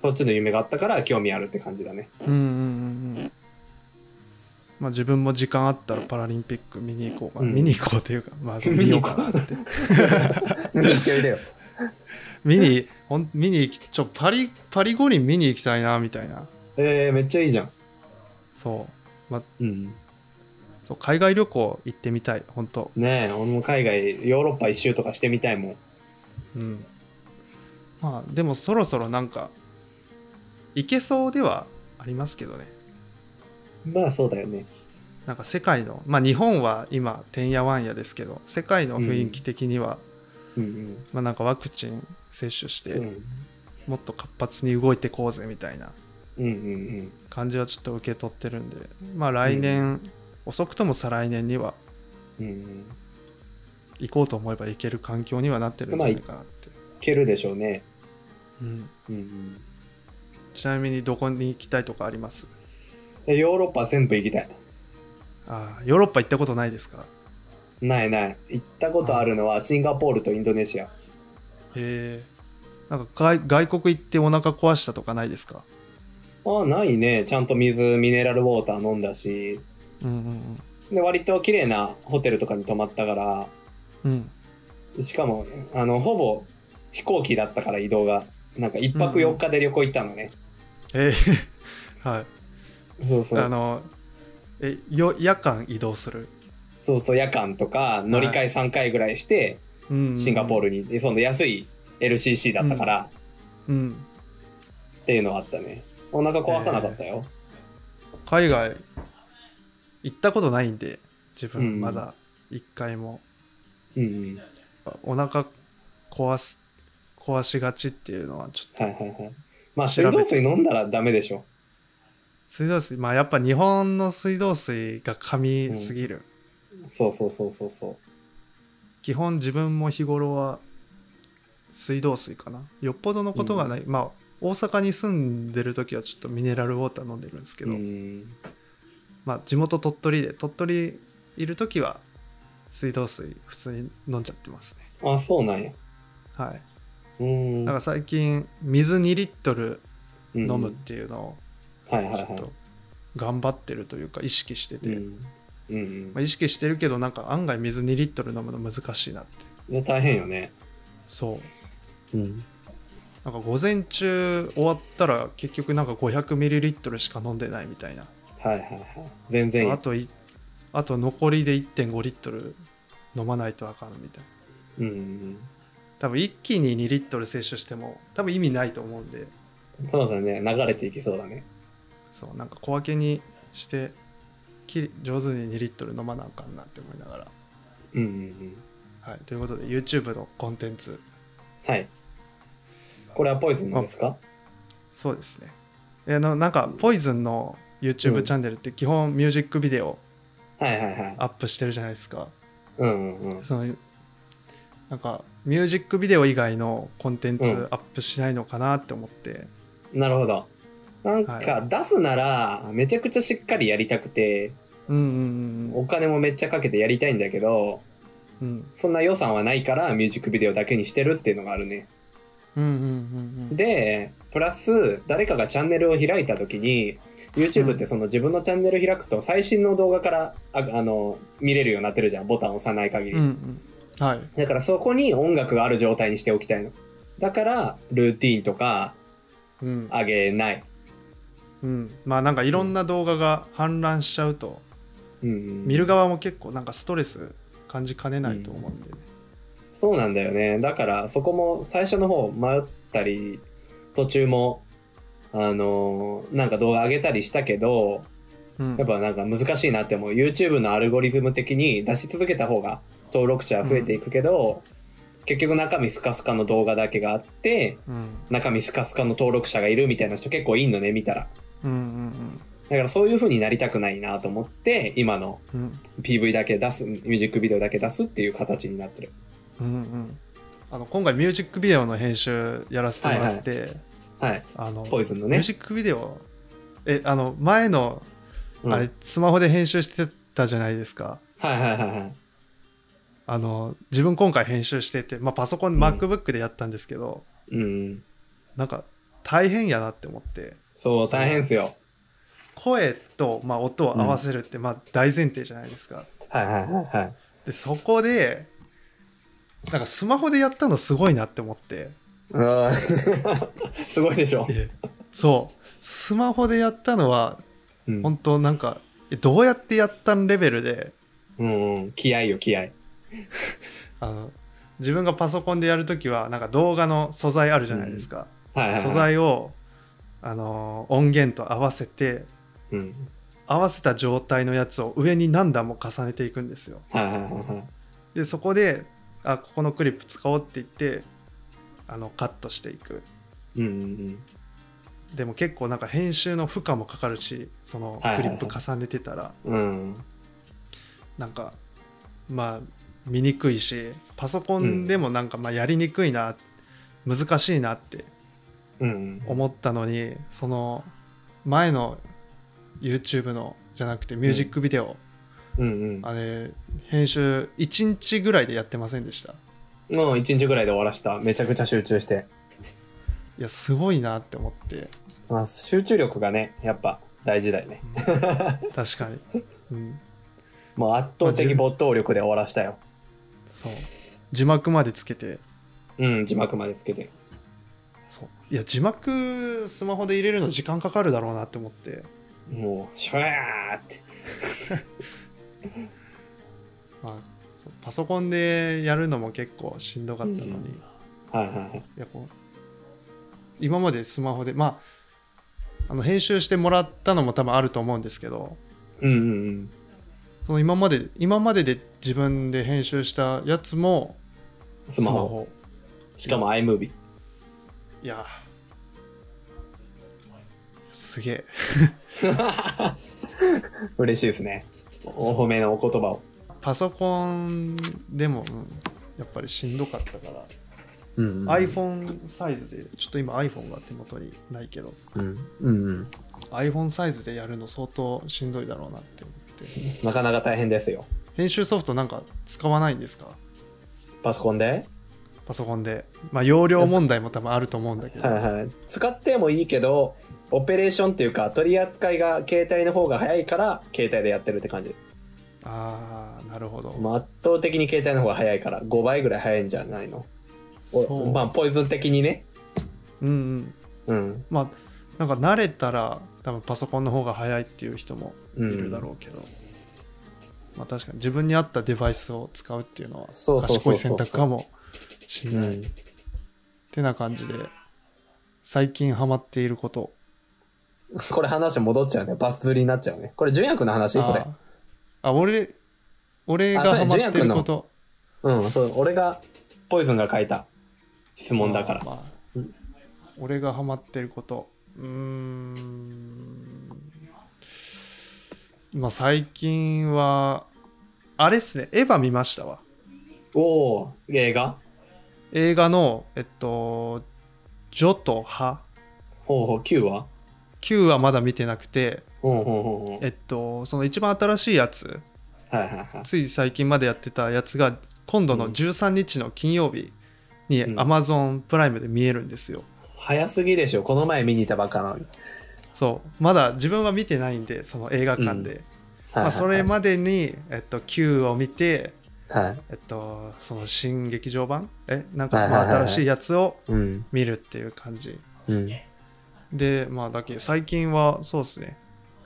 A: そっちの夢があったから興味あるって感じだね。
B: うんうんうんうん。まあ自分も時間あったらパラリンピック見に行こうかな。
A: うん
B: 見に行こうというか、まあ 見ようか なって。
A: 勢いだよ。
B: 見に、ほん、見に行き、ちょ、パリ、パリ五輪見に行きたいな、みたいな。
A: えー、めっちゃいいじゃん。
B: そう。まあ、
A: うん。
B: そう、海外旅行行ってみたい、本当
A: ねえ、俺も海外、ヨーロッパ一周とかしてみたいもん。
B: うん、まあでもそろそろなんかいけそうではありますけどね
A: まあそうだよね。
B: なんか世界のまあ日本は今てんやわんやですけど世界の雰囲気的には、
A: うん
B: まあなんかワクチン接種し
A: うん。
B: て、
A: うん
B: もっと活発に動いてこうぜみたいな
A: うんうん
B: 感じはちょっと受け取ってるんでまあ来年、遅くとも再来年には
A: うん。うん。
B: 行こうと思えば行ける環境にはなってるんじゃないかなっ
A: い
B: て、
A: けるでしょうね。
B: うん、
A: うんうん。
B: ちなみにどこに行きたいとかあります
A: えヨーロッパ全部行きたい。
B: ああヨーロッパ行ったことないですか
A: ないない。行ったことあるのはシンガポールとインドネシア。
B: へえ。なんか外外国行ってお腹壊したとかないですか
A: ああ、ないね。ちゃんと水、ミネラルウォーター飲んだし。
B: うんうん
A: で、割と綺麗なホテルとかに泊まったか
B: うん。うん。
A: ら、しかも、あの、ほぼ飛行機だったから移動が。なんか一泊四日で旅行行ったのね。
B: え えはい。
A: そうそう
B: あ。の、え、よ夜間移動する。
A: そうそう、夜間とか乗り換え3回ぐらいして、
B: うんうんうん、
A: シンガポールに、その安い LCC だったから
B: うん。
A: っていうのはあったね。お腹壊さなかったよ。
B: 海外行ったことないんで自
A: うん
B: 分まだ一回も、
A: うん。
B: お腹壊す壊しがちっていうのはちょっと
A: はいはいはい。まあ、
B: 調
A: 水
B: べて
A: 道水飲んだらダメでしょ。
B: 水道水まあやっぱ日本の水道水が神すぎる、
A: そうそうそうそうそう。
B: 基本自分も日頃は水道水かなよっぽどのことがない、まあ大阪に住んでる時はちょっとミネラルウォーター飲んでるんですけど、
A: うん
B: まあ地元鳥取で鳥取いる時は水道水普通に飲んじゃってますね
A: あ、そうなんや。
B: は
A: う
B: い
A: ん。
B: なんか最近水2リットル
A: うん
B: 飲むっていうのを
A: はいはい
B: ち
A: は
B: ょっ
A: い。
B: と頑張ってるというか意識してて、
A: うんうん
B: まあ、意識してるけどなんか案外水2リットル飲むの難しいなって
A: うん、いや大変よね。
B: そ
C: う
B: う
C: ん。
B: なんか午前中終わったら結局なんか500ミリリットルしか飲んでないみたいな
A: はいはいはい。全然いい
B: あといあと残りで1.5リットル飲まないとあかんみたいな
A: うん
B: 多分一気に2リットル摂取しても多分意味ないと思うんで
A: うん。そうだね。流れていきそうだね。
B: そうなんか小分けにしてき上手に2リットル飲まなあかんなって思いながら
A: うんうんうん。
B: はいということで YouTube のコンテンツ
A: はい。これはポイズンのですか
B: そうですねえのなんかポイズンの YouTube チャンネルって基本ミュージックビデオ
A: はいはいはい。
B: アップしてるじゃないですか
A: うんうんうん。
B: そのなんかミュージックビデオ以外のコンテンツ
A: うん
B: アップしないのかなって思って、
A: なるほど。なんか出すならめちゃくちゃしっかりやりたくて、
B: うん、うんうん
A: お金もめっちゃかけてやりたいんだけど、
B: うんうん
A: そんな予算はないからミュージックビデオだけにしてるっていうのがあるね。
B: うんうんうん
A: で、プラス誰かがチャンネルを開いた時に、YouTube ってその自分のチャンネル開くと最新の動画からああの見れるようになってるじゃん、ボタンを押さない限り。
B: うんうんはい
A: だからそこに音楽がある状態にしておきたいの。だから、ルーティーンとか
B: うん
A: 上げない。
B: うんまあなんかいろんな動画が氾濫しちゃうと、
A: うん、
B: 見る側も結構なんかストレス感じかねないと思うんで、ね
A: そうなんだよね。だからそこも最初の方迷ったり、途中も、あのーなんか動画上げたりしたけど、
B: うん
A: やっぱなんか難しいなって思う。YouTube のアルゴリズム的に出し続けた方が登録者は増えていくけど、結局中身スカスカの動画だけがあって、
B: うん
A: 中身スカスカの登録者がいるみたいな人結構いんのね、見たら。
B: うんうん
A: だからそういう風になりたくないなと思って、今の
B: うんうん
A: PV だけ出す、ミュージックビデオだけ出すっていう形になってる。
B: うんうんあの今回ミュージックビデオの編集やらせてもらって、
A: はい。
B: あの
A: ポイズンの
B: ミュー
A: ね。
B: ジックビデオえあの前の
A: うん
B: あれ、スマホで編集してたじゃないですか。
A: はいはいはいはい。
B: あの、自分今回編集してて、まあ、パソコン、
A: ん
B: MacBook でやったんですけど、
A: うん。
B: なんか、大変やなって思って、
A: そう、大変っすよ。
B: 声と、まあ、音を合わせるって、まあ、大前提じゃないですか。
A: はいはいはいはい。
B: で、そこで、なんか、スマホでやったのすごいなって思って、
C: あ
A: すごいでしょ。
B: えそう、スマホでやったのは、
A: うん
B: 本当なんか、えどうやってやったんレベルで、
A: うんうん。気合よ、気合。
B: あの、自分がパソコンでやるときは、なんか動画の素材あるじゃないですか。
A: はいはいはい。
B: 素。材を、あのー音源と合わせて
A: うん。
B: 合わせた状態のやつを上に何段も重ねていくんですよ
A: はいはいはいはい。
B: でそこであここのクリップ使おうって言ってあのカットしていく
A: うんうん
B: でも結構なんか編集の負荷もかかるしその
A: はいはい
B: クリ
A: は
B: ッ
A: い
B: プ重ねてたら、
A: うん。うん。
B: なんかまあ見にくいしパソコンでもなんかまあやりにくいな、難しいなって
A: うん。
B: 思ったのにその前の YouTube のじゃなくてミュージックビデオ、
A: うん
B: あれ編集1日ぐらいでやってませんでした
A: うん。もう一日ぐらいで終わらした。めちゃくちゃ集中して。
B: いやすごいなって思って、
A: まあ、集中力がね、やっぱ大事だよね。
B: うん確かに、うん、
A: もう圧倒的没頭力で終わらしたよ。
B: そう字幕までつけて
A: うん、字幕までつけて。
B: そういや字幕スマホで入れるの時間かかるだろうなって思って、
A: もう、シュワーって。
B: まあ、そうパソコンでやるのも結構しんどかったのに、
A: うん
B: い
A: はいはいはい。
B: やこう今までスマホでまああの編集してもらったのも多分あると思うんですけど
A: うんうんうん。
B: その今まで今までで自分で編集したやつも
A: スマホ。しかも iMovie。
B: いやすげえ
A: 嬉しいですね。おお褒めのお言葉を。
B: パソコンでも、うんやっぱりしんどかったから、
D: うんうん。
B: iPhone サイズでちょっと今 iPhone が手元にないけど
D: うん。うんうん。
B: iPhone サイズでやるの相当しんどいだろうなって思って
A: なかなか大変ですよ。
B: 編集ソフトなんか使わないんですか
A: パソコンで
B: パソコンでまあ容量問題も多分あると思うんだけど、
A: はいはい。使ってもいいけど、オペレーションっていうか、取り扱いが携帯の方が早いから、携帯でやってるって感じ。
B: ああなるほど、
A: まあ圧倒的に携帯の方が早いから、5倍ぐらい早いんじゃないの。お
B: そう
A: まあ、ポイズン的にね。
B: うんう
A: う
B: ん
A: ん。
B: まあなんか慣れたら多分パソコンの方が早いっていう人も
A: うん、
B: いるだろうけど、まあ確かに自分に合ったデバイスを使うっていうのは
A: そうそうそうそう
B: 賢い選択かもしん
A: う
B: ない、っ
A: ん。
B: てな感じで最近ハマっていること
A: これ話戻っちゃうね。バス釣りになっちゃうね。これ、純也君の話これ。
B: あああ俺俺が
A: あそう
B: ハ
A: ね
B: マって
A: 純
B: る
A: 也君の
B: こと
A: うん、そう、俺が、ポイズンが書いた質問だから。
B: まあまあ
D: うん
B: 俺がハマってることうーんまあ最近はあれっすねエヴァ見ましたわ
A: おお映画
B: 映画のえっと「ジョ」と「ハ
A: ほうほう、9話」
B: 9はまだ見てなくて
A: ほうほうほうほ
B: えっとその一番新しいやつ
A: う。はいはいはい。
B: つい最近までやってたやつが今度の
A: うん
B: 13日の金曜日に
A: うん
B: Amazon プライムで見えるんですよ、
A: 早すぎでしょ。この前見に行ったばっかなのに。
B: そうまだ自分は見てないんでその映画館で、
A: うん
B: まあ、それ
A: ま
B: までに、えっと、Q を見て、
D: はい。
B: えっと、その新劇場版えなんか、ま
D: はい
B: あ、
D: はいはいはい
B: 新しいやつを
D: うん。
B: 見るっていう感じ
D: うん。
B: でまあだけ最近はそうですね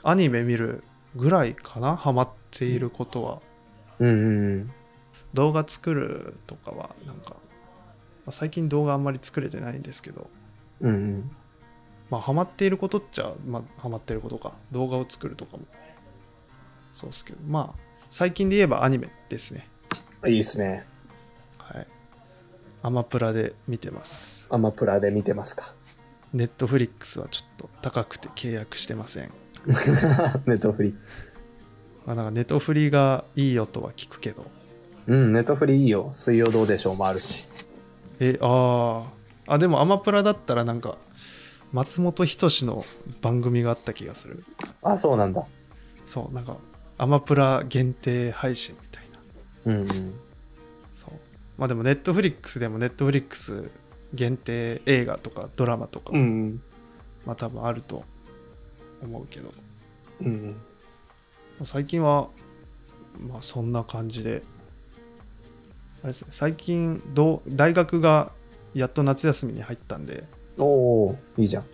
B: アニメ見るぐらいかなハマっていることは、
D: うんうん
B: 動画作るとかはなんか、まあ最近動画あんまり作れてないんですけど
D: うん。うんうん。
B: まあハマっていることっちゃまあハマっていることか動画を作るとかもそうですけどまあ最近で言えばアニメですね
D: いいですね。
B: はい。アマプラで見てます。
D: アマプラで見てますか。
B: ネットフリックスはちょっと高くて契約してません。
D: ネットフリ。
B: まあ、なんかネットフリがいいよとは聞くけど。
D: うん、ネットフリいいよ。水曜どうでしょうもあるし。
B: え、ああ。あ、でもアマプラだったらなんか、松本人志の番組があった気がする。
D: あ、そうなんだ。
B: そう、なんか、アマプラ限定配信みたいな。
D: うんうん。
B: そう。まあでもネットフリックスでもネットフリックス限定映画とかドラマとか、
A: うん
B: まあ多分あると思うけど。
A: うん。うん
B: 最近はまあそんな感じであれですね最近どう大学がやっと夏休みに入ったんで
D: おおいいじゃん。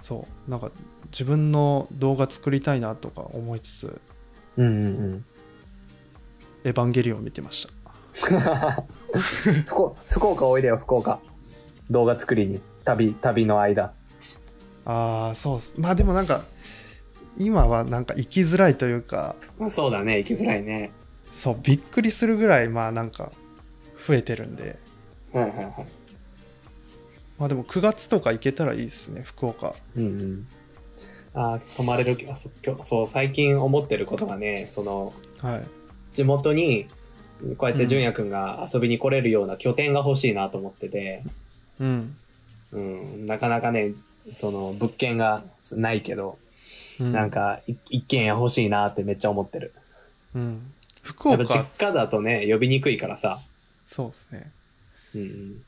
B: そうなんか自分の動画作りたいなとか思いつつ
D: うんうんうん。
B: 「エヴァンゲリオン」見てました
D: 福岡福岡おいでよ、福岡。動画作りに。旅、旅の間。
B: ああそうっすまあでもなんか今はなんか生きづらいというか
A: うん。そうだね、行きづらいね。
B: そうびっくりするぐらいまあなんか増えてるんで
A: はいはいはい。
B: まあでも9月とか行けたらいいですね福岡
D: うんうん。
A: あー泊まれるあそ今日そう最近思ってることがねその
B: はい
A: 地元にこうやって純也くんが遊びに来れるような拠点が欲しいなと思ってて、
B: うん
A: うん、なかなかねその物件がないけど、
B: うん
A: なんかい一軒家欲しいなってめっちゃ思ってる
B: うん福
A: やっぱ
B: 岡
A: 実家だとね呼びにくいからさ、
B: そうですね。
A: うんうん、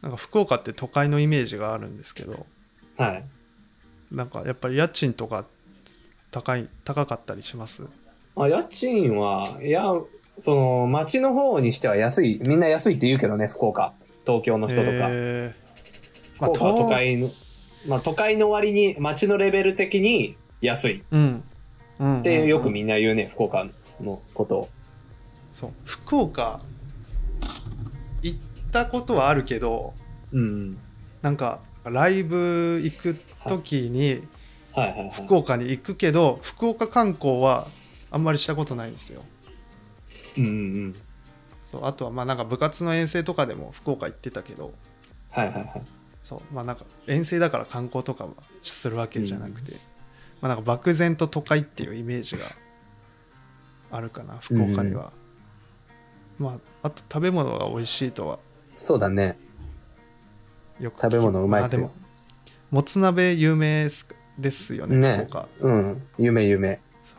B: なんか福岡って都会のイメージがあるんですけど、
A: はい
B: なんかやっぱり家賃とか高い、高かったりします
A: あ家賃はいやその町の方にしては安いみんな安いって言うけどね福岡東京の人とか、
B: えーまあ、
A: 福岡は都
B: 東
A: 会の、まあ、都会の割に町のレベル的に安いっ
B: うん。うん。
A: てよく
B: る。
A: みんな言うね、福岡のことを。
B: そう。福岡、行ったことはあるけど、
A: うん。
B: なんかライブ行く時に、
A: はいはいはい
B: 福岡に行くけど福岡観光はあんまりしたことないんですよ
A: うんうんうん
B: そうあとはまあなんか部活の遠征とかでも福岡行ってたけど
A: はいはいはい
B: そうまあなんか遠征だから観光とかはするわけじゃなくて、まあなんか漠然と都会っていうイメージがあるかな福岡には、まああと食べ物が美味しいとは
E: そうだね。
B: よく聞
E: 食
B: き
E: べ物うまいっすよ
B: あでももつ鍋有名っすですよね
E: ね
B: 福岡
E: うん。夢夢。
B: そ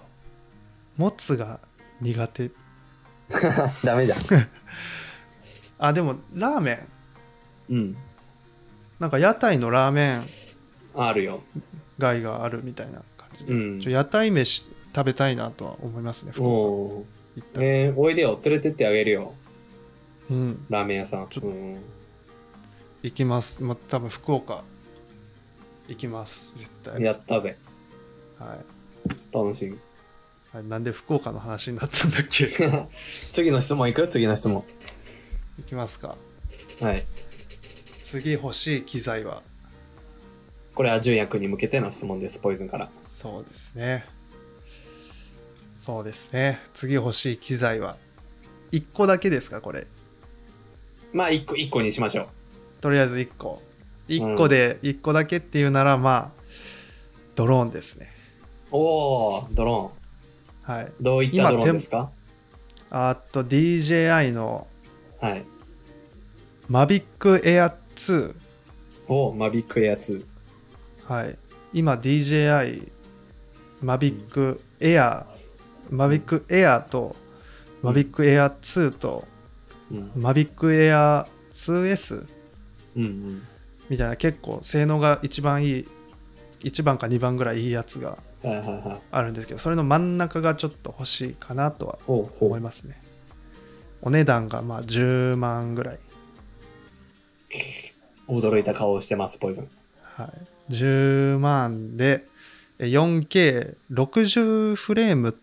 B: うもつが苦手
E: ダメじゃん。
B: あでもラーメン
A: うん
B: なんか屋台のラーメン
A: あるよ
B: 街があるみたいな感じで、
A: うん
B: ちょ屋台飯食べたいなとは思いますね福岡
A: おお
B: 行ったら、
A: えー、おいでよ連れてってあげるよ
B: うん
A: ラーメン屋さん
B: ちょ
A: うん
B: 行きます、まあ、多分福岡行きます絶対
A: やったぜ
B: は
A: 楽しみ
B: い、はい、なんで福岡の話になったんだっけ
E: 次の質問いく次の質問。
B: 行きますか
A: はい
B: 次欲しい機材は
A: これは純也君に向けての質問ですポイズンから
B: そうですねそうですね次欲しい機材は1個だけですかこれ
A: まあ一個一個にしましょう
B: とりあえず1個1個で1個だけっていうならまあドローンですね
A: おおドロ
B: はい
A: ーンどういった
B: 今
A: ドローンですか
B: あと DJI の
A: はい
B: マビックエア2
A: おおマビックエア2
B: はい今 DJI マビックエアマビックエアとマビックエア2と
A: うん
B: マビックエア 2S
A: うんうん
B: みたいな結構性能が一番いい1番か2番ぐらいいいやつが
A: はいはいはい
B: あるんですけどそれの真ん中がちょっと欲しいかなとは
A: ほうほ
B: 思いうますねお値段がまあ10万ぐらい
A: 驚いた顔をしてますポイズン
B: はい、10万でえ 4K60 フレーム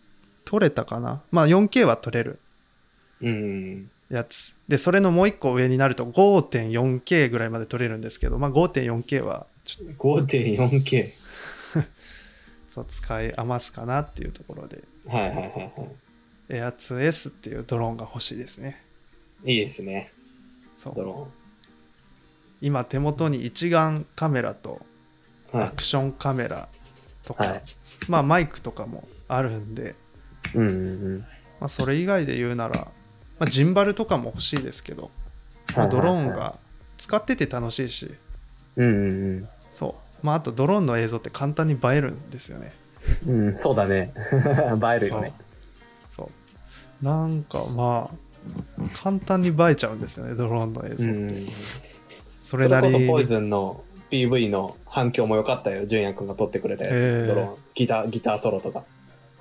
B: 取れたかなまあ 4K は取れる
A: うん
B: やつでそれのもう一個上になると 5.4K ぐらいまで取れるんですけど、まあ、5.4K はちょっ
A: 5.4K
B: とそう使い余すかなっていうところで
A: はいはいはいは
B: Air2S っていうドローンが欲しいですね
A: いいいですね
B: そ
A: ド
B: う
A: ロ
B: 今手元に一眼カメラと
A: ーンは
B: アクションカメラとか、
E: はいはい
B: まあマイクとかもあるんで
E: うんうんうん。
B: まあ、それ以外で言うなら、まあ、ジンバルとかも欲しいですけど、まあ、ドローン
E: はいはいはい。
B: が使ってて楽しいし、
E: うんうん
B: そう、まあ、あとドローンの映像って簡単に映えるんですよね。
E: うん。うん、そうだ ね。映えるよね。
B: そう。そうなんかまあ、簡単に映えちゃうんですよね、ドローンの映像って。
E: うん。
A: そ
B: それ
A: れ
B: な
A: こ
B: り
A: そポイ
B: に。
A: ズンの PV の反響も良かったよ純也君が撮ってくれて、
B: ええ
A: ドローンギターギターソロとか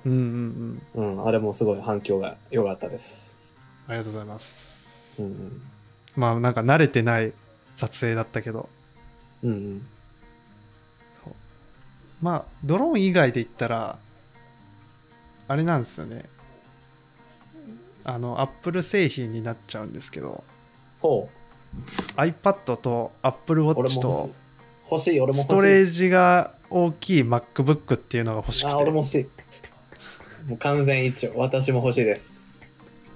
B: うんうんうん。
A: うんあれもすごい反響が良かったです
B: ありがとうございます。
A: うんうん
B: まあ、なんか慣れてない撮影だったけど、
A: うんうん
B: そうまあ、ドローン以外で言ったら、あれなんですよね。あの、Apple 製品になっちゃうんですけど、
A: ほ
B: iPad と Apple
A: う俺
B: Watch
A: も
B: と
A: 欲しい欲しい俺も欲しい
B: ストレー
A: ジ
B: ジが大きい MacBook っていうのが欲しくて、
A: あ俺も欲しいもう完全一応私も欲しいです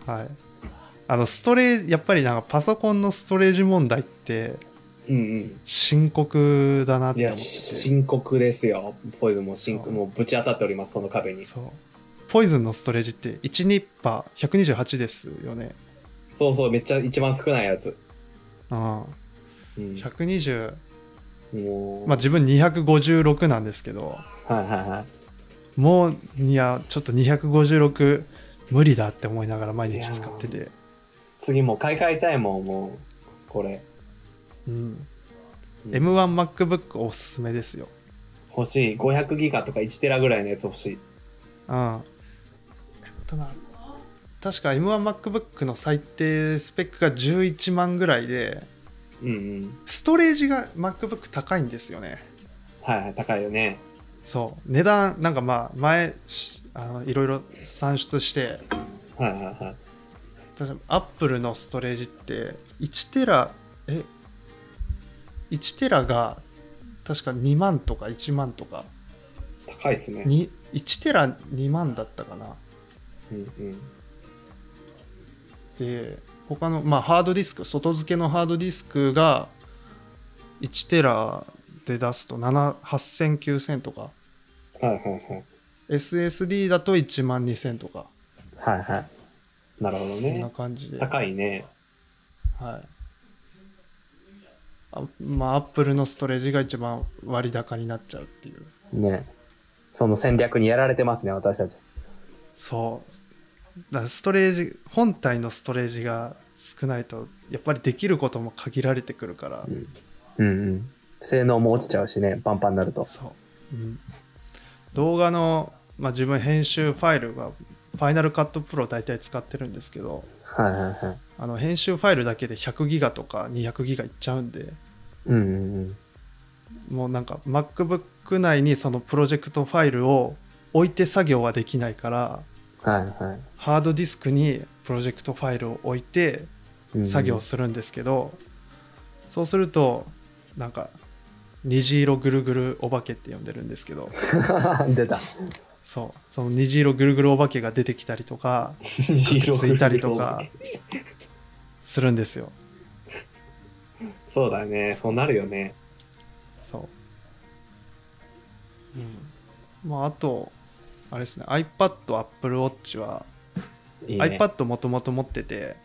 B: はい。あの、ストレージ、やっぱりなんかパソコンのストレージ問題って
A: うんうん
B: 深刻だなっ
A: い
B: て
A: や
B: 思ってて、
A: 深刻ですよポイズンも深
B: そ
A: 刻
B: う
A: もうぶち当たっておりますその壁に
B: そう。ポイズンのストレージって1ニッパー128ですよね。
A: そうそうめっちゃ一番少ないやつ、
B: うん。
A: うん、
B: 120、
A: もう
B: まあ自分256なんですけど、
A: はいはいはい
B: もう、いや、ちょっと256無理だって思いながら毎日使って
A: い
B: て、
A: 次もう買い替えたいもんもうこれ、
B: うん。
A: うん
B: M1MacBook おすすめですよ。
A: 欲しい500ギガとか1テラぐらいのやつ欲しい
B: うん。えっとな、確か M1MacBook の最低スペックが11万ぐらいで、
A: うんうん
B: ストレージが MacBook 高いんですよね。
A: はいはい高いよね
B: そう。値段、なんかまあ、前、しあのいろいろ算出して、
A: はいはいはい
B: 確かアップルのストレージって1テラえ1テラが確か2万とか1万とか
F: 高いですね。
B: に1テラ2万だったかな
F: うんうん。
B: で他のまあハードディスク外付けのハードディスクが1テラで出すと780009000とか
F: はいはいはい。
B: SSD だと1万2000とか
A: はいはい。
F: なるほど
B: そんな
F: ね。
B: 感じで、はい、
F: 高いね。
B: あまあアップルのストレージが一番割高になっちゃうっていう
A: ねその戦略にやられてますね、私たち。
B: そうだからストレージ本体のストレージが少ないとやっぱりできることも限られてくるから、
A: うんうん。性能も落ちちゃうしね、パンパンになると。
B: そう、うん、動画の、まあ、自分編集ファイルがファイナルカットプロ大体使ってるんですけど
A: はいはいはい。
B: あの編集ファイルだけで100ギガとか200ギガいっちゃうんで
A: うんうんうん。
B: もうなんか MacBook 内にそのプロジェクトファイルを置いて作業はできないから
A: はいは
B: ハードディスクにプロジェクトファイルを置いて
A: い。うんうん
B: 作業するんですけど、そうするとなんか虹色ぐるぐるお化けって呼んでるんですけど
A: 出た。
B: そうその虹色ぐるぐるお化けが出てきたりとかつ
F: つ
B: いたりとか。するんですよ
F: そうだね。そうなるよね。
B: そううんまああとあれですね iPad、Apple Watch は、
F: いいね。
B: iPad もともと持ってて、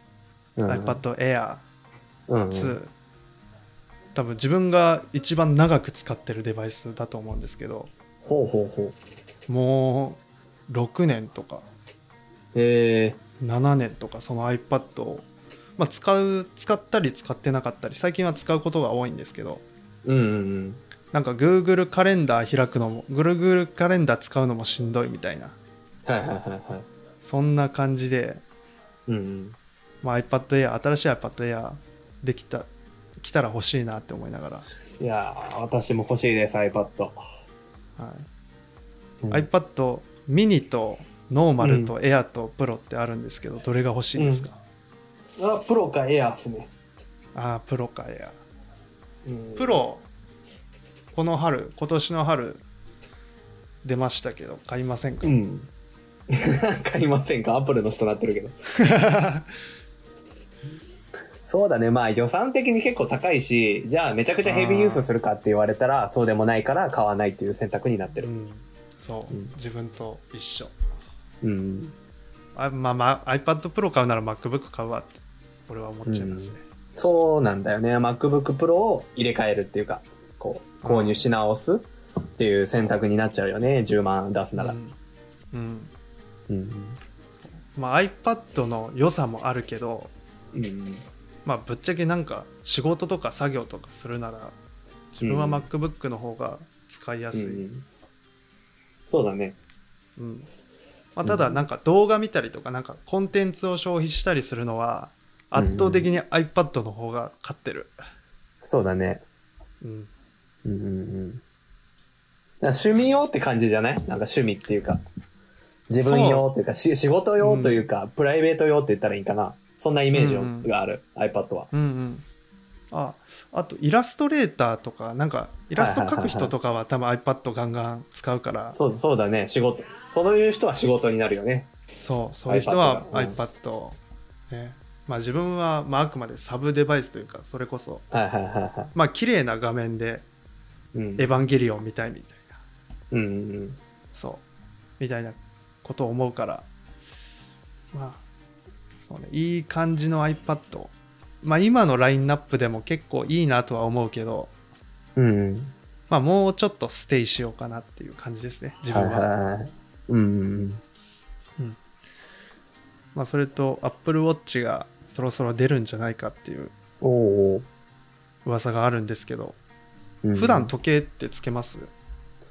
B: iPad Air2、
A: うんうん。
B: 多分自分が一番長く使ってるデバイスだと思うんですけど、
A: ほうほうほう。
B: もう6年とか
A: え
B: 7年とかその iPad を、まあ、使う使ったり使ってなかったり最近は使うことが多いんですけど
A: えうんうん
B: なんか Google カレンダー開くのも Google カレンダー使うのもしんどいみたいな
A: うん。はいはいはいはい。
B: そんな感じで、
A: うんうん。
B: まあ、iPad Air 新しい iPad Air できた来たら欲しいなって思いながら、
F: いやー、私も欲しいです、iPad。
B: は
A: う
B: い
A: ん
B: iPad mini とノーマルと Air と Pro ってあるんですけど、どれが欲しいですか、
F: あ、プロかエアっすね。
B: ああ Pro か Air
F: うん
B: プロこの春今年の春出ましたけど買いませんか、
F: う ん。買いませんかアップルの人なってるけど。
A: そうだね。まあ予算的に結構高いし、じゃあめちゃくちゃヘビーユースするかって言われたら、そうでもないから買わないっていう選択になって
B: う
A: る。
B: ん、そう、
A: うん
B: 自分と一緒
A: うん。
B: あまあまあ iPad プロ買うなら MacBook 買うわって俺は思っちゃいますね、
A: そうなんだよね。MacBook Pro を入れ替えるっていうか、こう、購入し直すっていう選択になっちゃうよね。10万出すなら
B: う。んうん
A: うん。
B: そうまあ、iPad の良さもあるけど、
F: うん。
B: まあ、ぶっちゃけなんか仕事とか作業とかするなら自分は
F: うん
B: MacBook の方が使いや
F: う
B: すい、
F: ん、そうだね。
B: うんまあ、ただなんか動画見たりとかなんかコンテンツを消費したりするのは圧倒的に iPad の方が勝ってる、
A: そうだね。
B: うん、
A: うんうんうん。だから趣味用って感じじゃないなんか趣味っていうか。自分用っていうか、し仕事用というか、プライベート用って言ったらいいかな。そんなイメージを
B: うんうん
A: がある、iPad は。
B: うんうんああとイラストレーターとかなんかイラスト描く人とかは多分 iPad ガンガン使うから
A: そう、そうだね、仕事。そういう人は仕事になるよね。
B: そうそういう人は
F: iPad
B: iPad ねまあ自分はまああくまでサブデバイスというかそれこそ
A: はいはいはいは
B: まあ綺麗な画面で
A: い。うん
B: 「エヴ。ァンゲリオン」みたいみたいな
A: うんうんうん。
B: そうみたいなことを思うからまあそうねいい感じの iPad まあ今のラインナップでも結構いいなとは思うけど
A: うんうん。
B: まあもうちょっとステイしようかなっていう感じですね自
A: はい
B: 分
A: は
B: は、
A: いはい。うんうん
B: まあそれと Apple Watch がそろそろ出るんじゃないかってい
A: う
B: う
A: ん。おー
B: 噂があるんですけど
A: おー。
B: 普段
A: と
B: 時計ってつけます、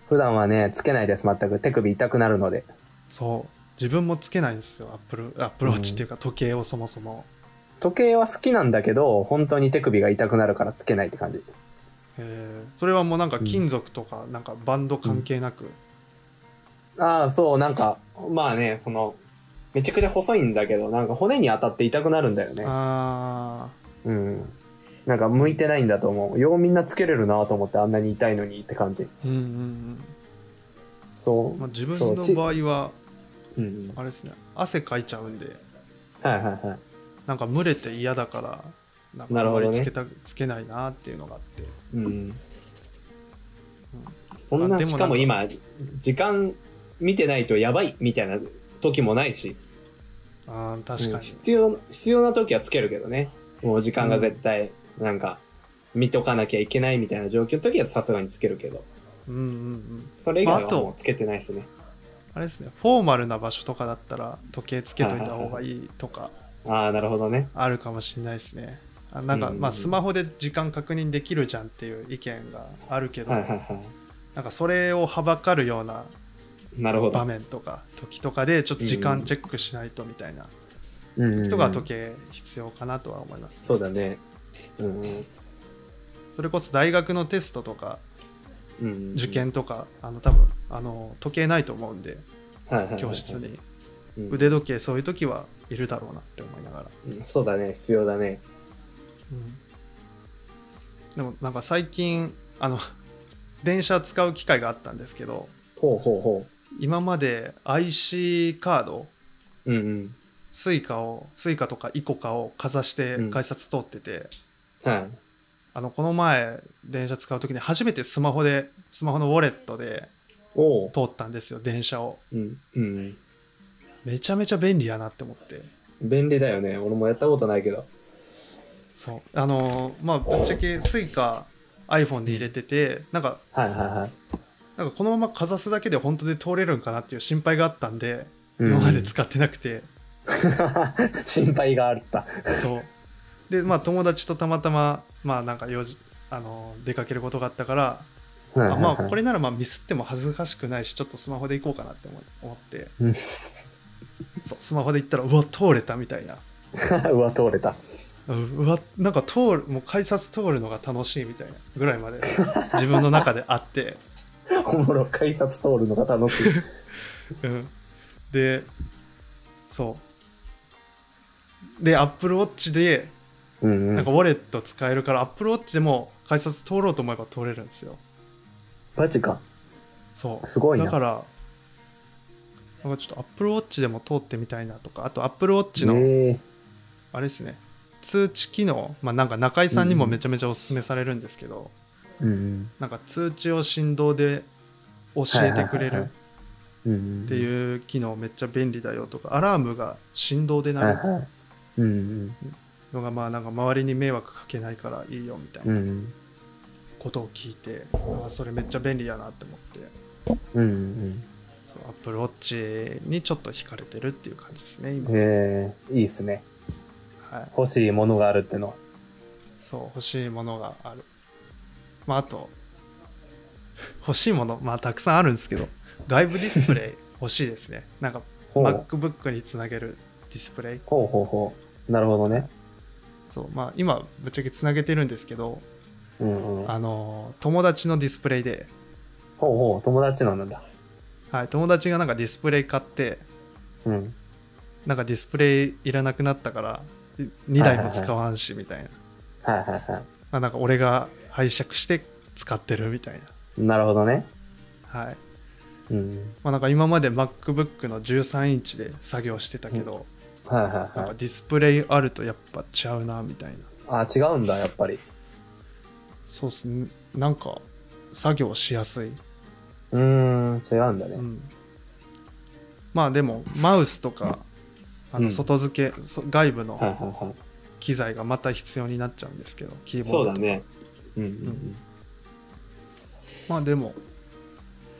A: 普段はね、つけないです、全く。手首痛くなるので。
B: そう自分もつけないんですよ Apple, Apple Watch っていうか時計をそもそも、
A: 時計は好きなんだけど、本当に手首が痛くなるからつけないって感じ。
B: えーそれはもうなんか金属とかなんかバンド関係なく、
A: ああ、そう、なんか、
F: まあね、その、めちゃくちゃ細いんだけど、なんか骨に当たって痛くなるんだよね。
B: ああ
A: うん。なんか向いてないんだと思う。ようみんなつけれるなと思ってあんなに痛いのにって感じ。
B: うんうんうん
A: そう。
B: まあ、自分の場合は
A: うんうん。
B: あれですね汗かいちゃうんで
A: はいはいはい。
B: なんか蒸れて嫌だからなんか
A: なる
B: あん
A: ほ
B: ま
A: どね
B: りつけた、つけないなっていうのがあって、
A: うん。
B: うん
A: そん
B: まあ
A: な、
B: でもな
A: し
B: んか
A: かも今、時間見てないとやばいみたいな時もないし、
B: あー確
A: う
B: か
A: ん
B: に、
A: 必要、必要な時はつけるけどね。もう時間が絶対、なんか、見とかなきゃいけないみたいな状況の時はさすがにつけるけど、
B: うん、うんうん
A: それ以外
B: まああ
A: は
B: と
A: もうつけてないですね。
B: あれですねフォーマルな場所とかだったら時計つけといた方がいいとか
A: ああ、なるほどね。
B: あるかもしれないですねあなんか、
A: うん
B: まあスマホで時間確認できるじゃんっていう意見があるけど、
A: はいはいは。
B: なんかそれをはばかるようない
A: なるほ
B: 場
A: ど。
B: 面とか時とかでちょっと時間チェックしないとみたいな人
A: 人
B: が時計必要かなとは思います、
A: そうだね。うんうん。
B: それこそ大学のテストとか
A: うんうん
B: 受。験とか、あの多分あの時計ないと思うんで
A: はいはいはいはい
B: 教室に
A: うん
B: 腕時計そういう時はいるだろうなって思いながら、
A: うんそうだね、必要だね。
B: うんでもなんか最近あの 電車使う機会があったんですけど
A: ほうほうほ
B: 今まで IC カード
A: う。うんうん。
B: スイカをスイカとかイコカをかざして
A: うん
B: 改札通ってて、
A: はい。
B: あのこの前電車使う時に初めてスマホでスマホのウォレットで
A: おう。
B: 通ったんですよ電車を
A: うん。うん。
B: めちゃめちゃ便利やなって思って
A: 便利だよね。俺もやったことないけど。
B: そうあのーまあぶっちゃけスイカ iPhone で入れててなんか
A: はいはいはい。
B: なんかこのままかざすだけで本当で通れるんかなっていう心配があったんで
A: うん
B: 今まで使ってなくて、
A: 心配があった。
B: そうでまあ友達とたまたままあなんか用事あのー出かけることがあったから、あまあこれならまあミスっても恥ずかしくないしちょっとスマホで行こうかなって思思って
A: うん
B: そうスマホで行ったらうわ通れたみたいな
A: れ。うわ、通れた。
B: うんうわなんか通るもう改札通るのが楽しいみたいなぐらいまで自分の中で あって、
A: おもろ、改札通るのが楽しい。
B: うん、でそうで AppleWatch で
A: うんう
B: なん
A: ん
B: か。ウォレット使えるから AppleWatch でも改札通ろうと思えば通れるんですよ
A: マジか。
B: そう
A: すごいな。
B: だからなんかちょっと AppleWatch でも通ってみたいなとかあと AppleWatch の、
A: え
B: あれですね通知機能、まあ、なんか中井さんにもめちゃめちゃおすすめされるんですけど、
A: えうん
B: なんか通知を振動で教えてくれる
A: うん。うん。
B: って
A: う
B: いう機能めっちゃ便利だよとかアラームが振動で
A: ん。はい
B: 鳴る
A: はい。うん
B: のがまあなんか周りに迷惑かけないからいいよみたい
A: うん。う
B: なんことを聞いてああそれめっちゃ便利だなって思って
A: うん。うん
B: そうアップルウォッチにちょっと惹かれてるっていう感じですね
A: うん。
B: 今、
A: ええ、いいっすね。
B: はい、
A: 欲しいものがあるってのは。
B: そう欲しいものがあるまああと欲しいものまあたくさんあるんですけど外部ディスプレイ欲しいですねなんか
A: ほう
B: MacBook につなげるディスプレイ
A: ほうほうほう。なるほどね。
B: そうまあ今ぶっちゃけつなげてるんですけど
A: うんうん。ほう
B: あのー友達のディスプレイで、
A: ほう、友達のなんだ。
B: はい、友達がなんかディスプレイ買って
A: うん。
B: なんかディスプレイいらなくなったから2台も使わんしみたいな、
A: はいはいは
B: まあ、なんか俺が拝借して使ってるみたいな
A: はい。なるほどね。
B: はい
A: うん。
B: まあなんか今まで MacBook の13インチで作業してたけど、
A: はいはい
B: なん
A: は
B: か
A: い。
B: ディスプレイあるとやっぱちゃうなみたいな
A: あ、違うんだ、やっぱり。
B: そうっすねなんか作業しやすい、
A: うーん、違うんだね。
B: うん、まあでもマウスとかあ
A: う
B: の
A: ん
B: 外付け、そ外部の
A: はいはいはい。
B: 機材がまた必要になっちゃうんですけどキーボ
A: そ
B: ード
A: う
B: と
A: だ
B: か
A: ね。うんうん
B: まあでも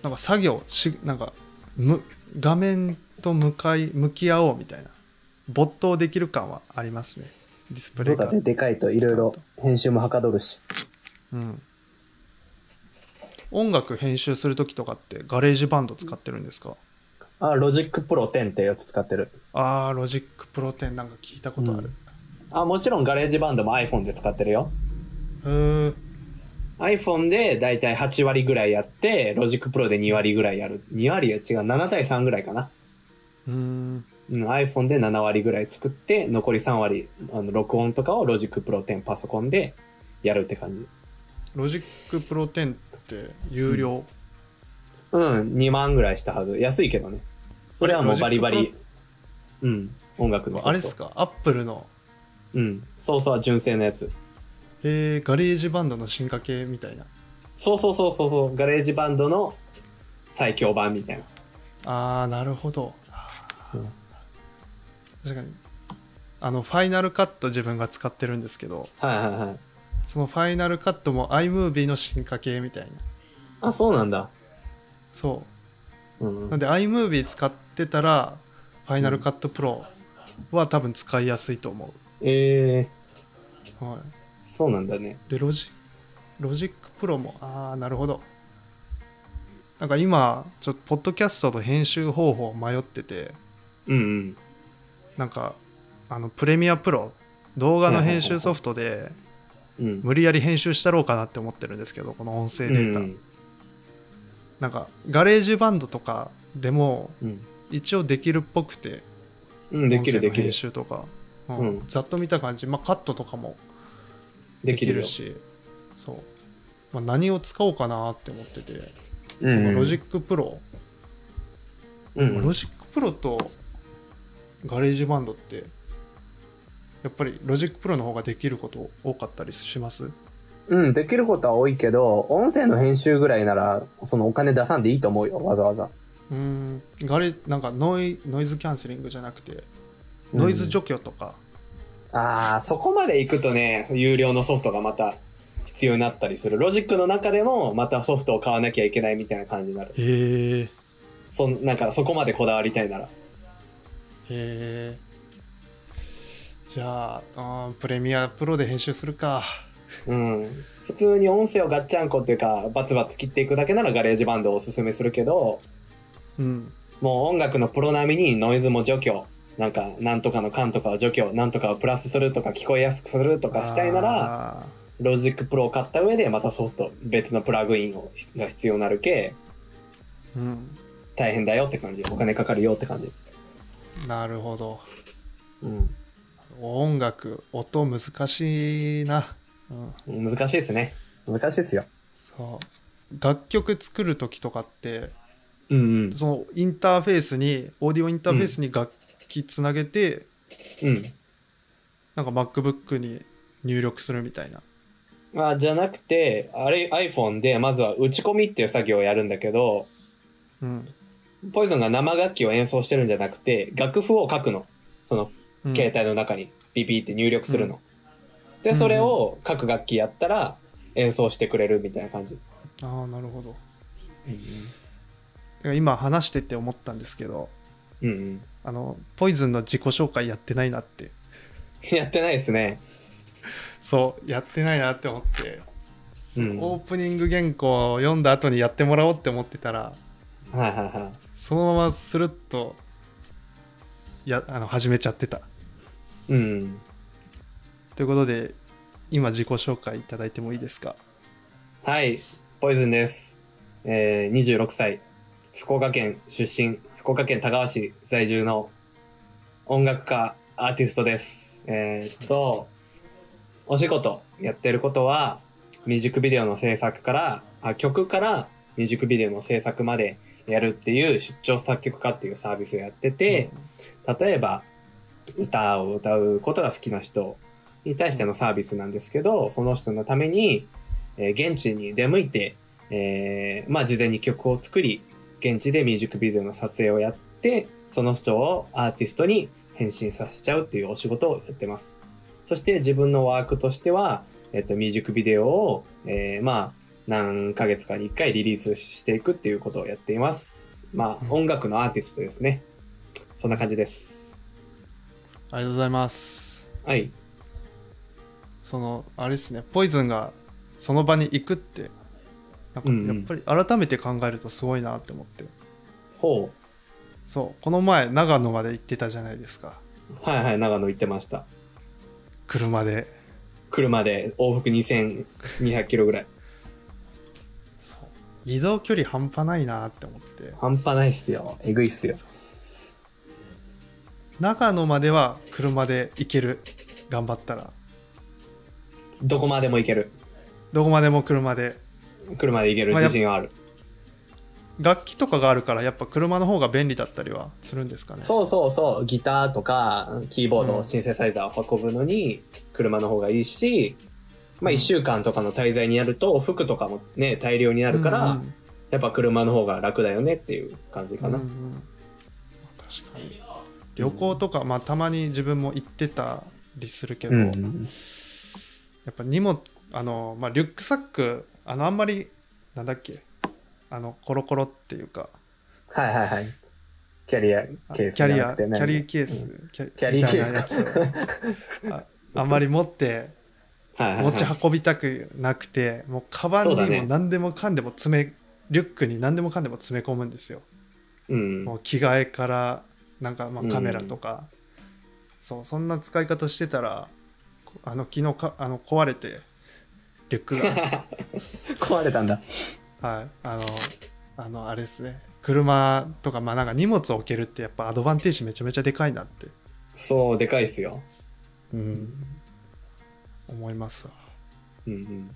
B: なんか作業しなんかむ画面と向かい向き合おうみたいな没頭できる感はありますねディス
A: う
B: プ
A: ん。そ
B: レ
A: う
B: イが
A: だね。でかいといろいろ編集もはかどるし。
B: うん、音楽編集する時とかってガレージバンド使ってるんですか
A: あ、ロジックプロ10ってやつ使ってる。
B: あーロジックプロ10なんか聞いたことある、
A: あ、もちろんガレージバンドも iPhone で使ってるよ。
B: へー
A: iPhone でだいたい8割ぐらいやって、ロジックプロで2割ぐらいやる。2割は違う。7対3ぐらいかな。
B: うーん
A: うん、iPhone で7割ぐらい作って、残り3割、あの、録音とかを Logic Pro 10パソコンでやるって感じ。
B: ロジックプロ10って有料、
A: うん、2万ぐらいしたはず。安いけどね。それはもうバリバ
B: ロジッ
A: リ、うん、音楽のソフト。
B: あれっすかアップルの、
A: うん。そうそう、純正のやつ。
B: えーガレージバンドの進化系みたいな。
A: そうそうそうそうそう、ガレージバンドの最強版みたいな。
B: あー、なるほど。あー
A: うん
B: 確かに。あの、ファイナルカット自分が使ってるんですけど、
A: はいはいはい。
B: そのファイナルカットも iMovie の進化系みたいな。
A: あ、そうなんだ。
B: そう。
A: うん
B: なんで iMovie 使ってたら、ファイナルカットプロは多分使いやすいと思
A: え
B: う。は
A: ー、そうなんだね。
B: い、で、ロジ、ロジックプロも、ああ、なるほど。なんか今、ちょっと、ポッドキャストの編集方法迷ってて、
A: うんうん。
B: なんか、あの、プレミアプロ、動画の編集ソフトで、
A: うん。
B: 無理やり編集したろうかなって思ってるんですけど、この音声データ。
A: うん
B: なんか、ガレージバンドとかでも、
A: うん。
B: 一応できるっぽくて、
A: うん、できる
B: 音声
A: で
B: の
A: きる
B: 編。集とか、うん
A: うん
B: ざっと見た感じ、まあ、カットとかも
A: で
B: で
A: き
B: き
A: るよ
B: るしそう、まあ、何を使おうかなって思ってて、
A: うん
B: そ
A: うん
B: のロジックプロ、
A: うん
B: ロジックプロとガレージバンドってやっぱりロジックプロの方ができること多かったりします
A: うん、できることは多いけど、音声の編集ぐらいなら、そのお金出さんでいいと思うよ、わざわざ。
B: うーんガレなんかノイノイズキャンセリングじゃなくてノイズ除去とか、
A: ああ、そこまで行くとね、有料のソフトがまた必要になったりする。ロジックの中でもまたソフトを買わなきゃいけないみたいな感じになる。
B: へえ
A: そん、なんかそこまでこだわりたいなら。
B: へえじゃああープレミアプロで編集するか
A: うん。普通に音声をガッチャンコっていうか、バツバツ切っていくだけならガレージバンドをおすすめするけど、
B: うん
A: もう音楽のプロ並みにノイズも除去、なんか、なんとかの感とかを除去、なんとかをプラスするとか、聞こえやすくするとかしたいなら、
B: あ
A: ロジックプロを買った上で、またソフト、別のプラグインをが必要になるけ、
B: ーうん
A: 大変だよって感じ。お金かかるよって感じ。
B: なるほど
A: うん。
B: 音楽音難しいな、うん、
A: 難しいですね。難しいですよ。
B: そう楽曲作る時とかって
A: うんうん。
B: そのインターフェースにオーディオインターフェースに楽器つなげて、
A: うん。
B: なんか MacBook に入力するみたいな
A: まあ、じゃなくて、あれ、iPhone で、まずは打ち込みっていう作業をやるんだけど、
B: うん、
A: ポイズンが生楽器を演奏してるんじゃなくて、楽譜を書くの。その、
B: うん、
A: 携帯の中に、ピピって入力するの。
B: う
A: で、
B: ん
A: それを各楽器やったら、演奏してくれるみたいな感じ。
B: ああなるほどてか今話してて思ったんですけど
A: うんうん。
B: あのポイズンの自己紹介やってないなって
A: やってないですね。
B: そうやってないなって思って、
A: うん
B: オープニング原稿を読んだ後にやってもらおうって思ってたら
A: はいはいはい。
B: そのままスルッとやあの始めちゃってた
A: うん。
B: ということで今自己紹介いただいてもいいですか
A: はい、ポイズンです。えー、26歳、福岡県出身、福岡県田川市在住の音楽家、アーティストです。えーっと、お仕事、やってることは、ミュージックビデオの制作から、あ曲からミュージックビデオの制作までやるっていう出張作曲家っていうサービスをやってて、例えば歌を歌うことが好きな人に対してのサービスなんですけどその人のために、えー現地に出向いて、えーまあ、事前に曲を作り現地でミュージックビデオの撮影をやってその人をアーティストに変身させちゃうっていうお仕事をやってますそして自分のワークとしては、えっとミュージックビデオを、えーまあ何ヶ月かに1回リリースしていくっていうことをやっていますまあ音楽のアーティストですねそんな感じです
B: ありがとうございます
A: はい。
B: そのあれですねポイズンがその場に行くってなんかやっぱり改めて考えるとすごいなって思って、
A: ほ
B: そうこの前長野まで行ってたじゃないですか
A: う。はいはい、長野行ってました。
B: 車で
A: 車で往復2200キロぐらい。
B: そう移動距離半端ないなって思って
A: 半端ないっすよ。えぐいっすよ。
B: 長野までは車で行ける頑張ったら
A: どこまでも行ける。
B: どこまでも車で
A: 車で行ける自信はある。
B: 楽器とかがあるからやっぱ車の方が便利だったりはするんですかね
A: そうそうそう、ギターとか、キーボード、
B: うん
A: シンセサイザーを運ぶのに、車の方がいいし、まあ
B: うん
A: 1週間とかの滞在になると、服とかもね、大量になるから、
B: うんうん
A: やっぱ車の方が楽だよねっていう感じかな。
B: うんうんまあ確かに旅行とか、まあ、たまに自分も行ってたりするけど、やっぱ荷物あの、まあ、リュックサックあのあんまりなんだっけあのコロコロっていうか
A: はいはいはい。キャリア
B: あキ
A: ケース
B: ャリアキ
A: じゃなくて
B: ャリーケー
A: う
B: スキャ
A: キャリーケース
B: みたいなや つをああんまり持って
A: はいはい、
B: 持ち
A: はい。
B: 運びたくなくてもうカバン
A: そうだ
B: に
A: ね
B: も何でもかんでも詰め、リュックに何でもかんでも詰め込むんですよ
A: うん。
B: もう着替えからなんかまあカメラとか、そうそんな使い方してたらこあの昨日かあの壊れてリュッ クが
A: 壊れたんだ。
B: はいあのあのあれですね車とかまあなんか荷物を置けるってやっぱアドバンテージめちゃめちゃでかいなって、
A: そう、でかいっすよ。
B: うん、思いますわ
A: うん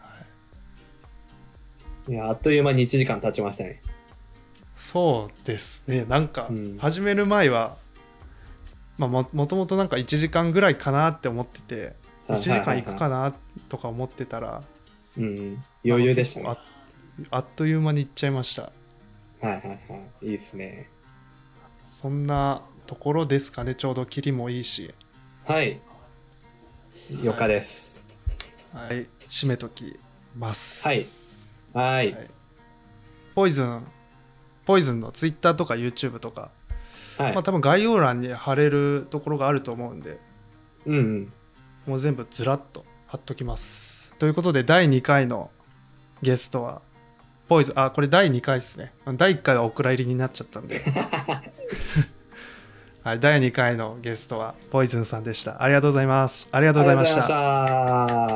B: はい
A: うん。いや、あっという間に1時間経ちましたね。
B: そうですねなんか
A: うん
B: 始める前は、まあ、ももともとなんか1時間ぐらいかなって思ってて1時間いく
A: は
B: かなとか思ってたら
A: いはいはい。うん。余裕でしたね。
B: あ
A: は
B: の結構ああっという間に行っちゃいました
A: いはいはい。いいっすね。
B: そんなところですかねちょうど霧もいいし、
A: はい。よかです。
B: はい、締めときます
A: はいはい。
B: はいポイズンポイズンのツイッターとか YouTube とか、
A: はい
B: まあ、。多分概要欄に貼れるところがあると思うんで
A: うんうん。
B: もう全部ずらっと貼っときます。ということで、第2回のゲストは、ポイズン、あ、これ第2回ですね。第1回はお蔵入りになっちゃった んで。はい、第2回のゲストは、ポイズンさんでした。ありがとうございます。ありがとうございました。
A: ありがとうございました。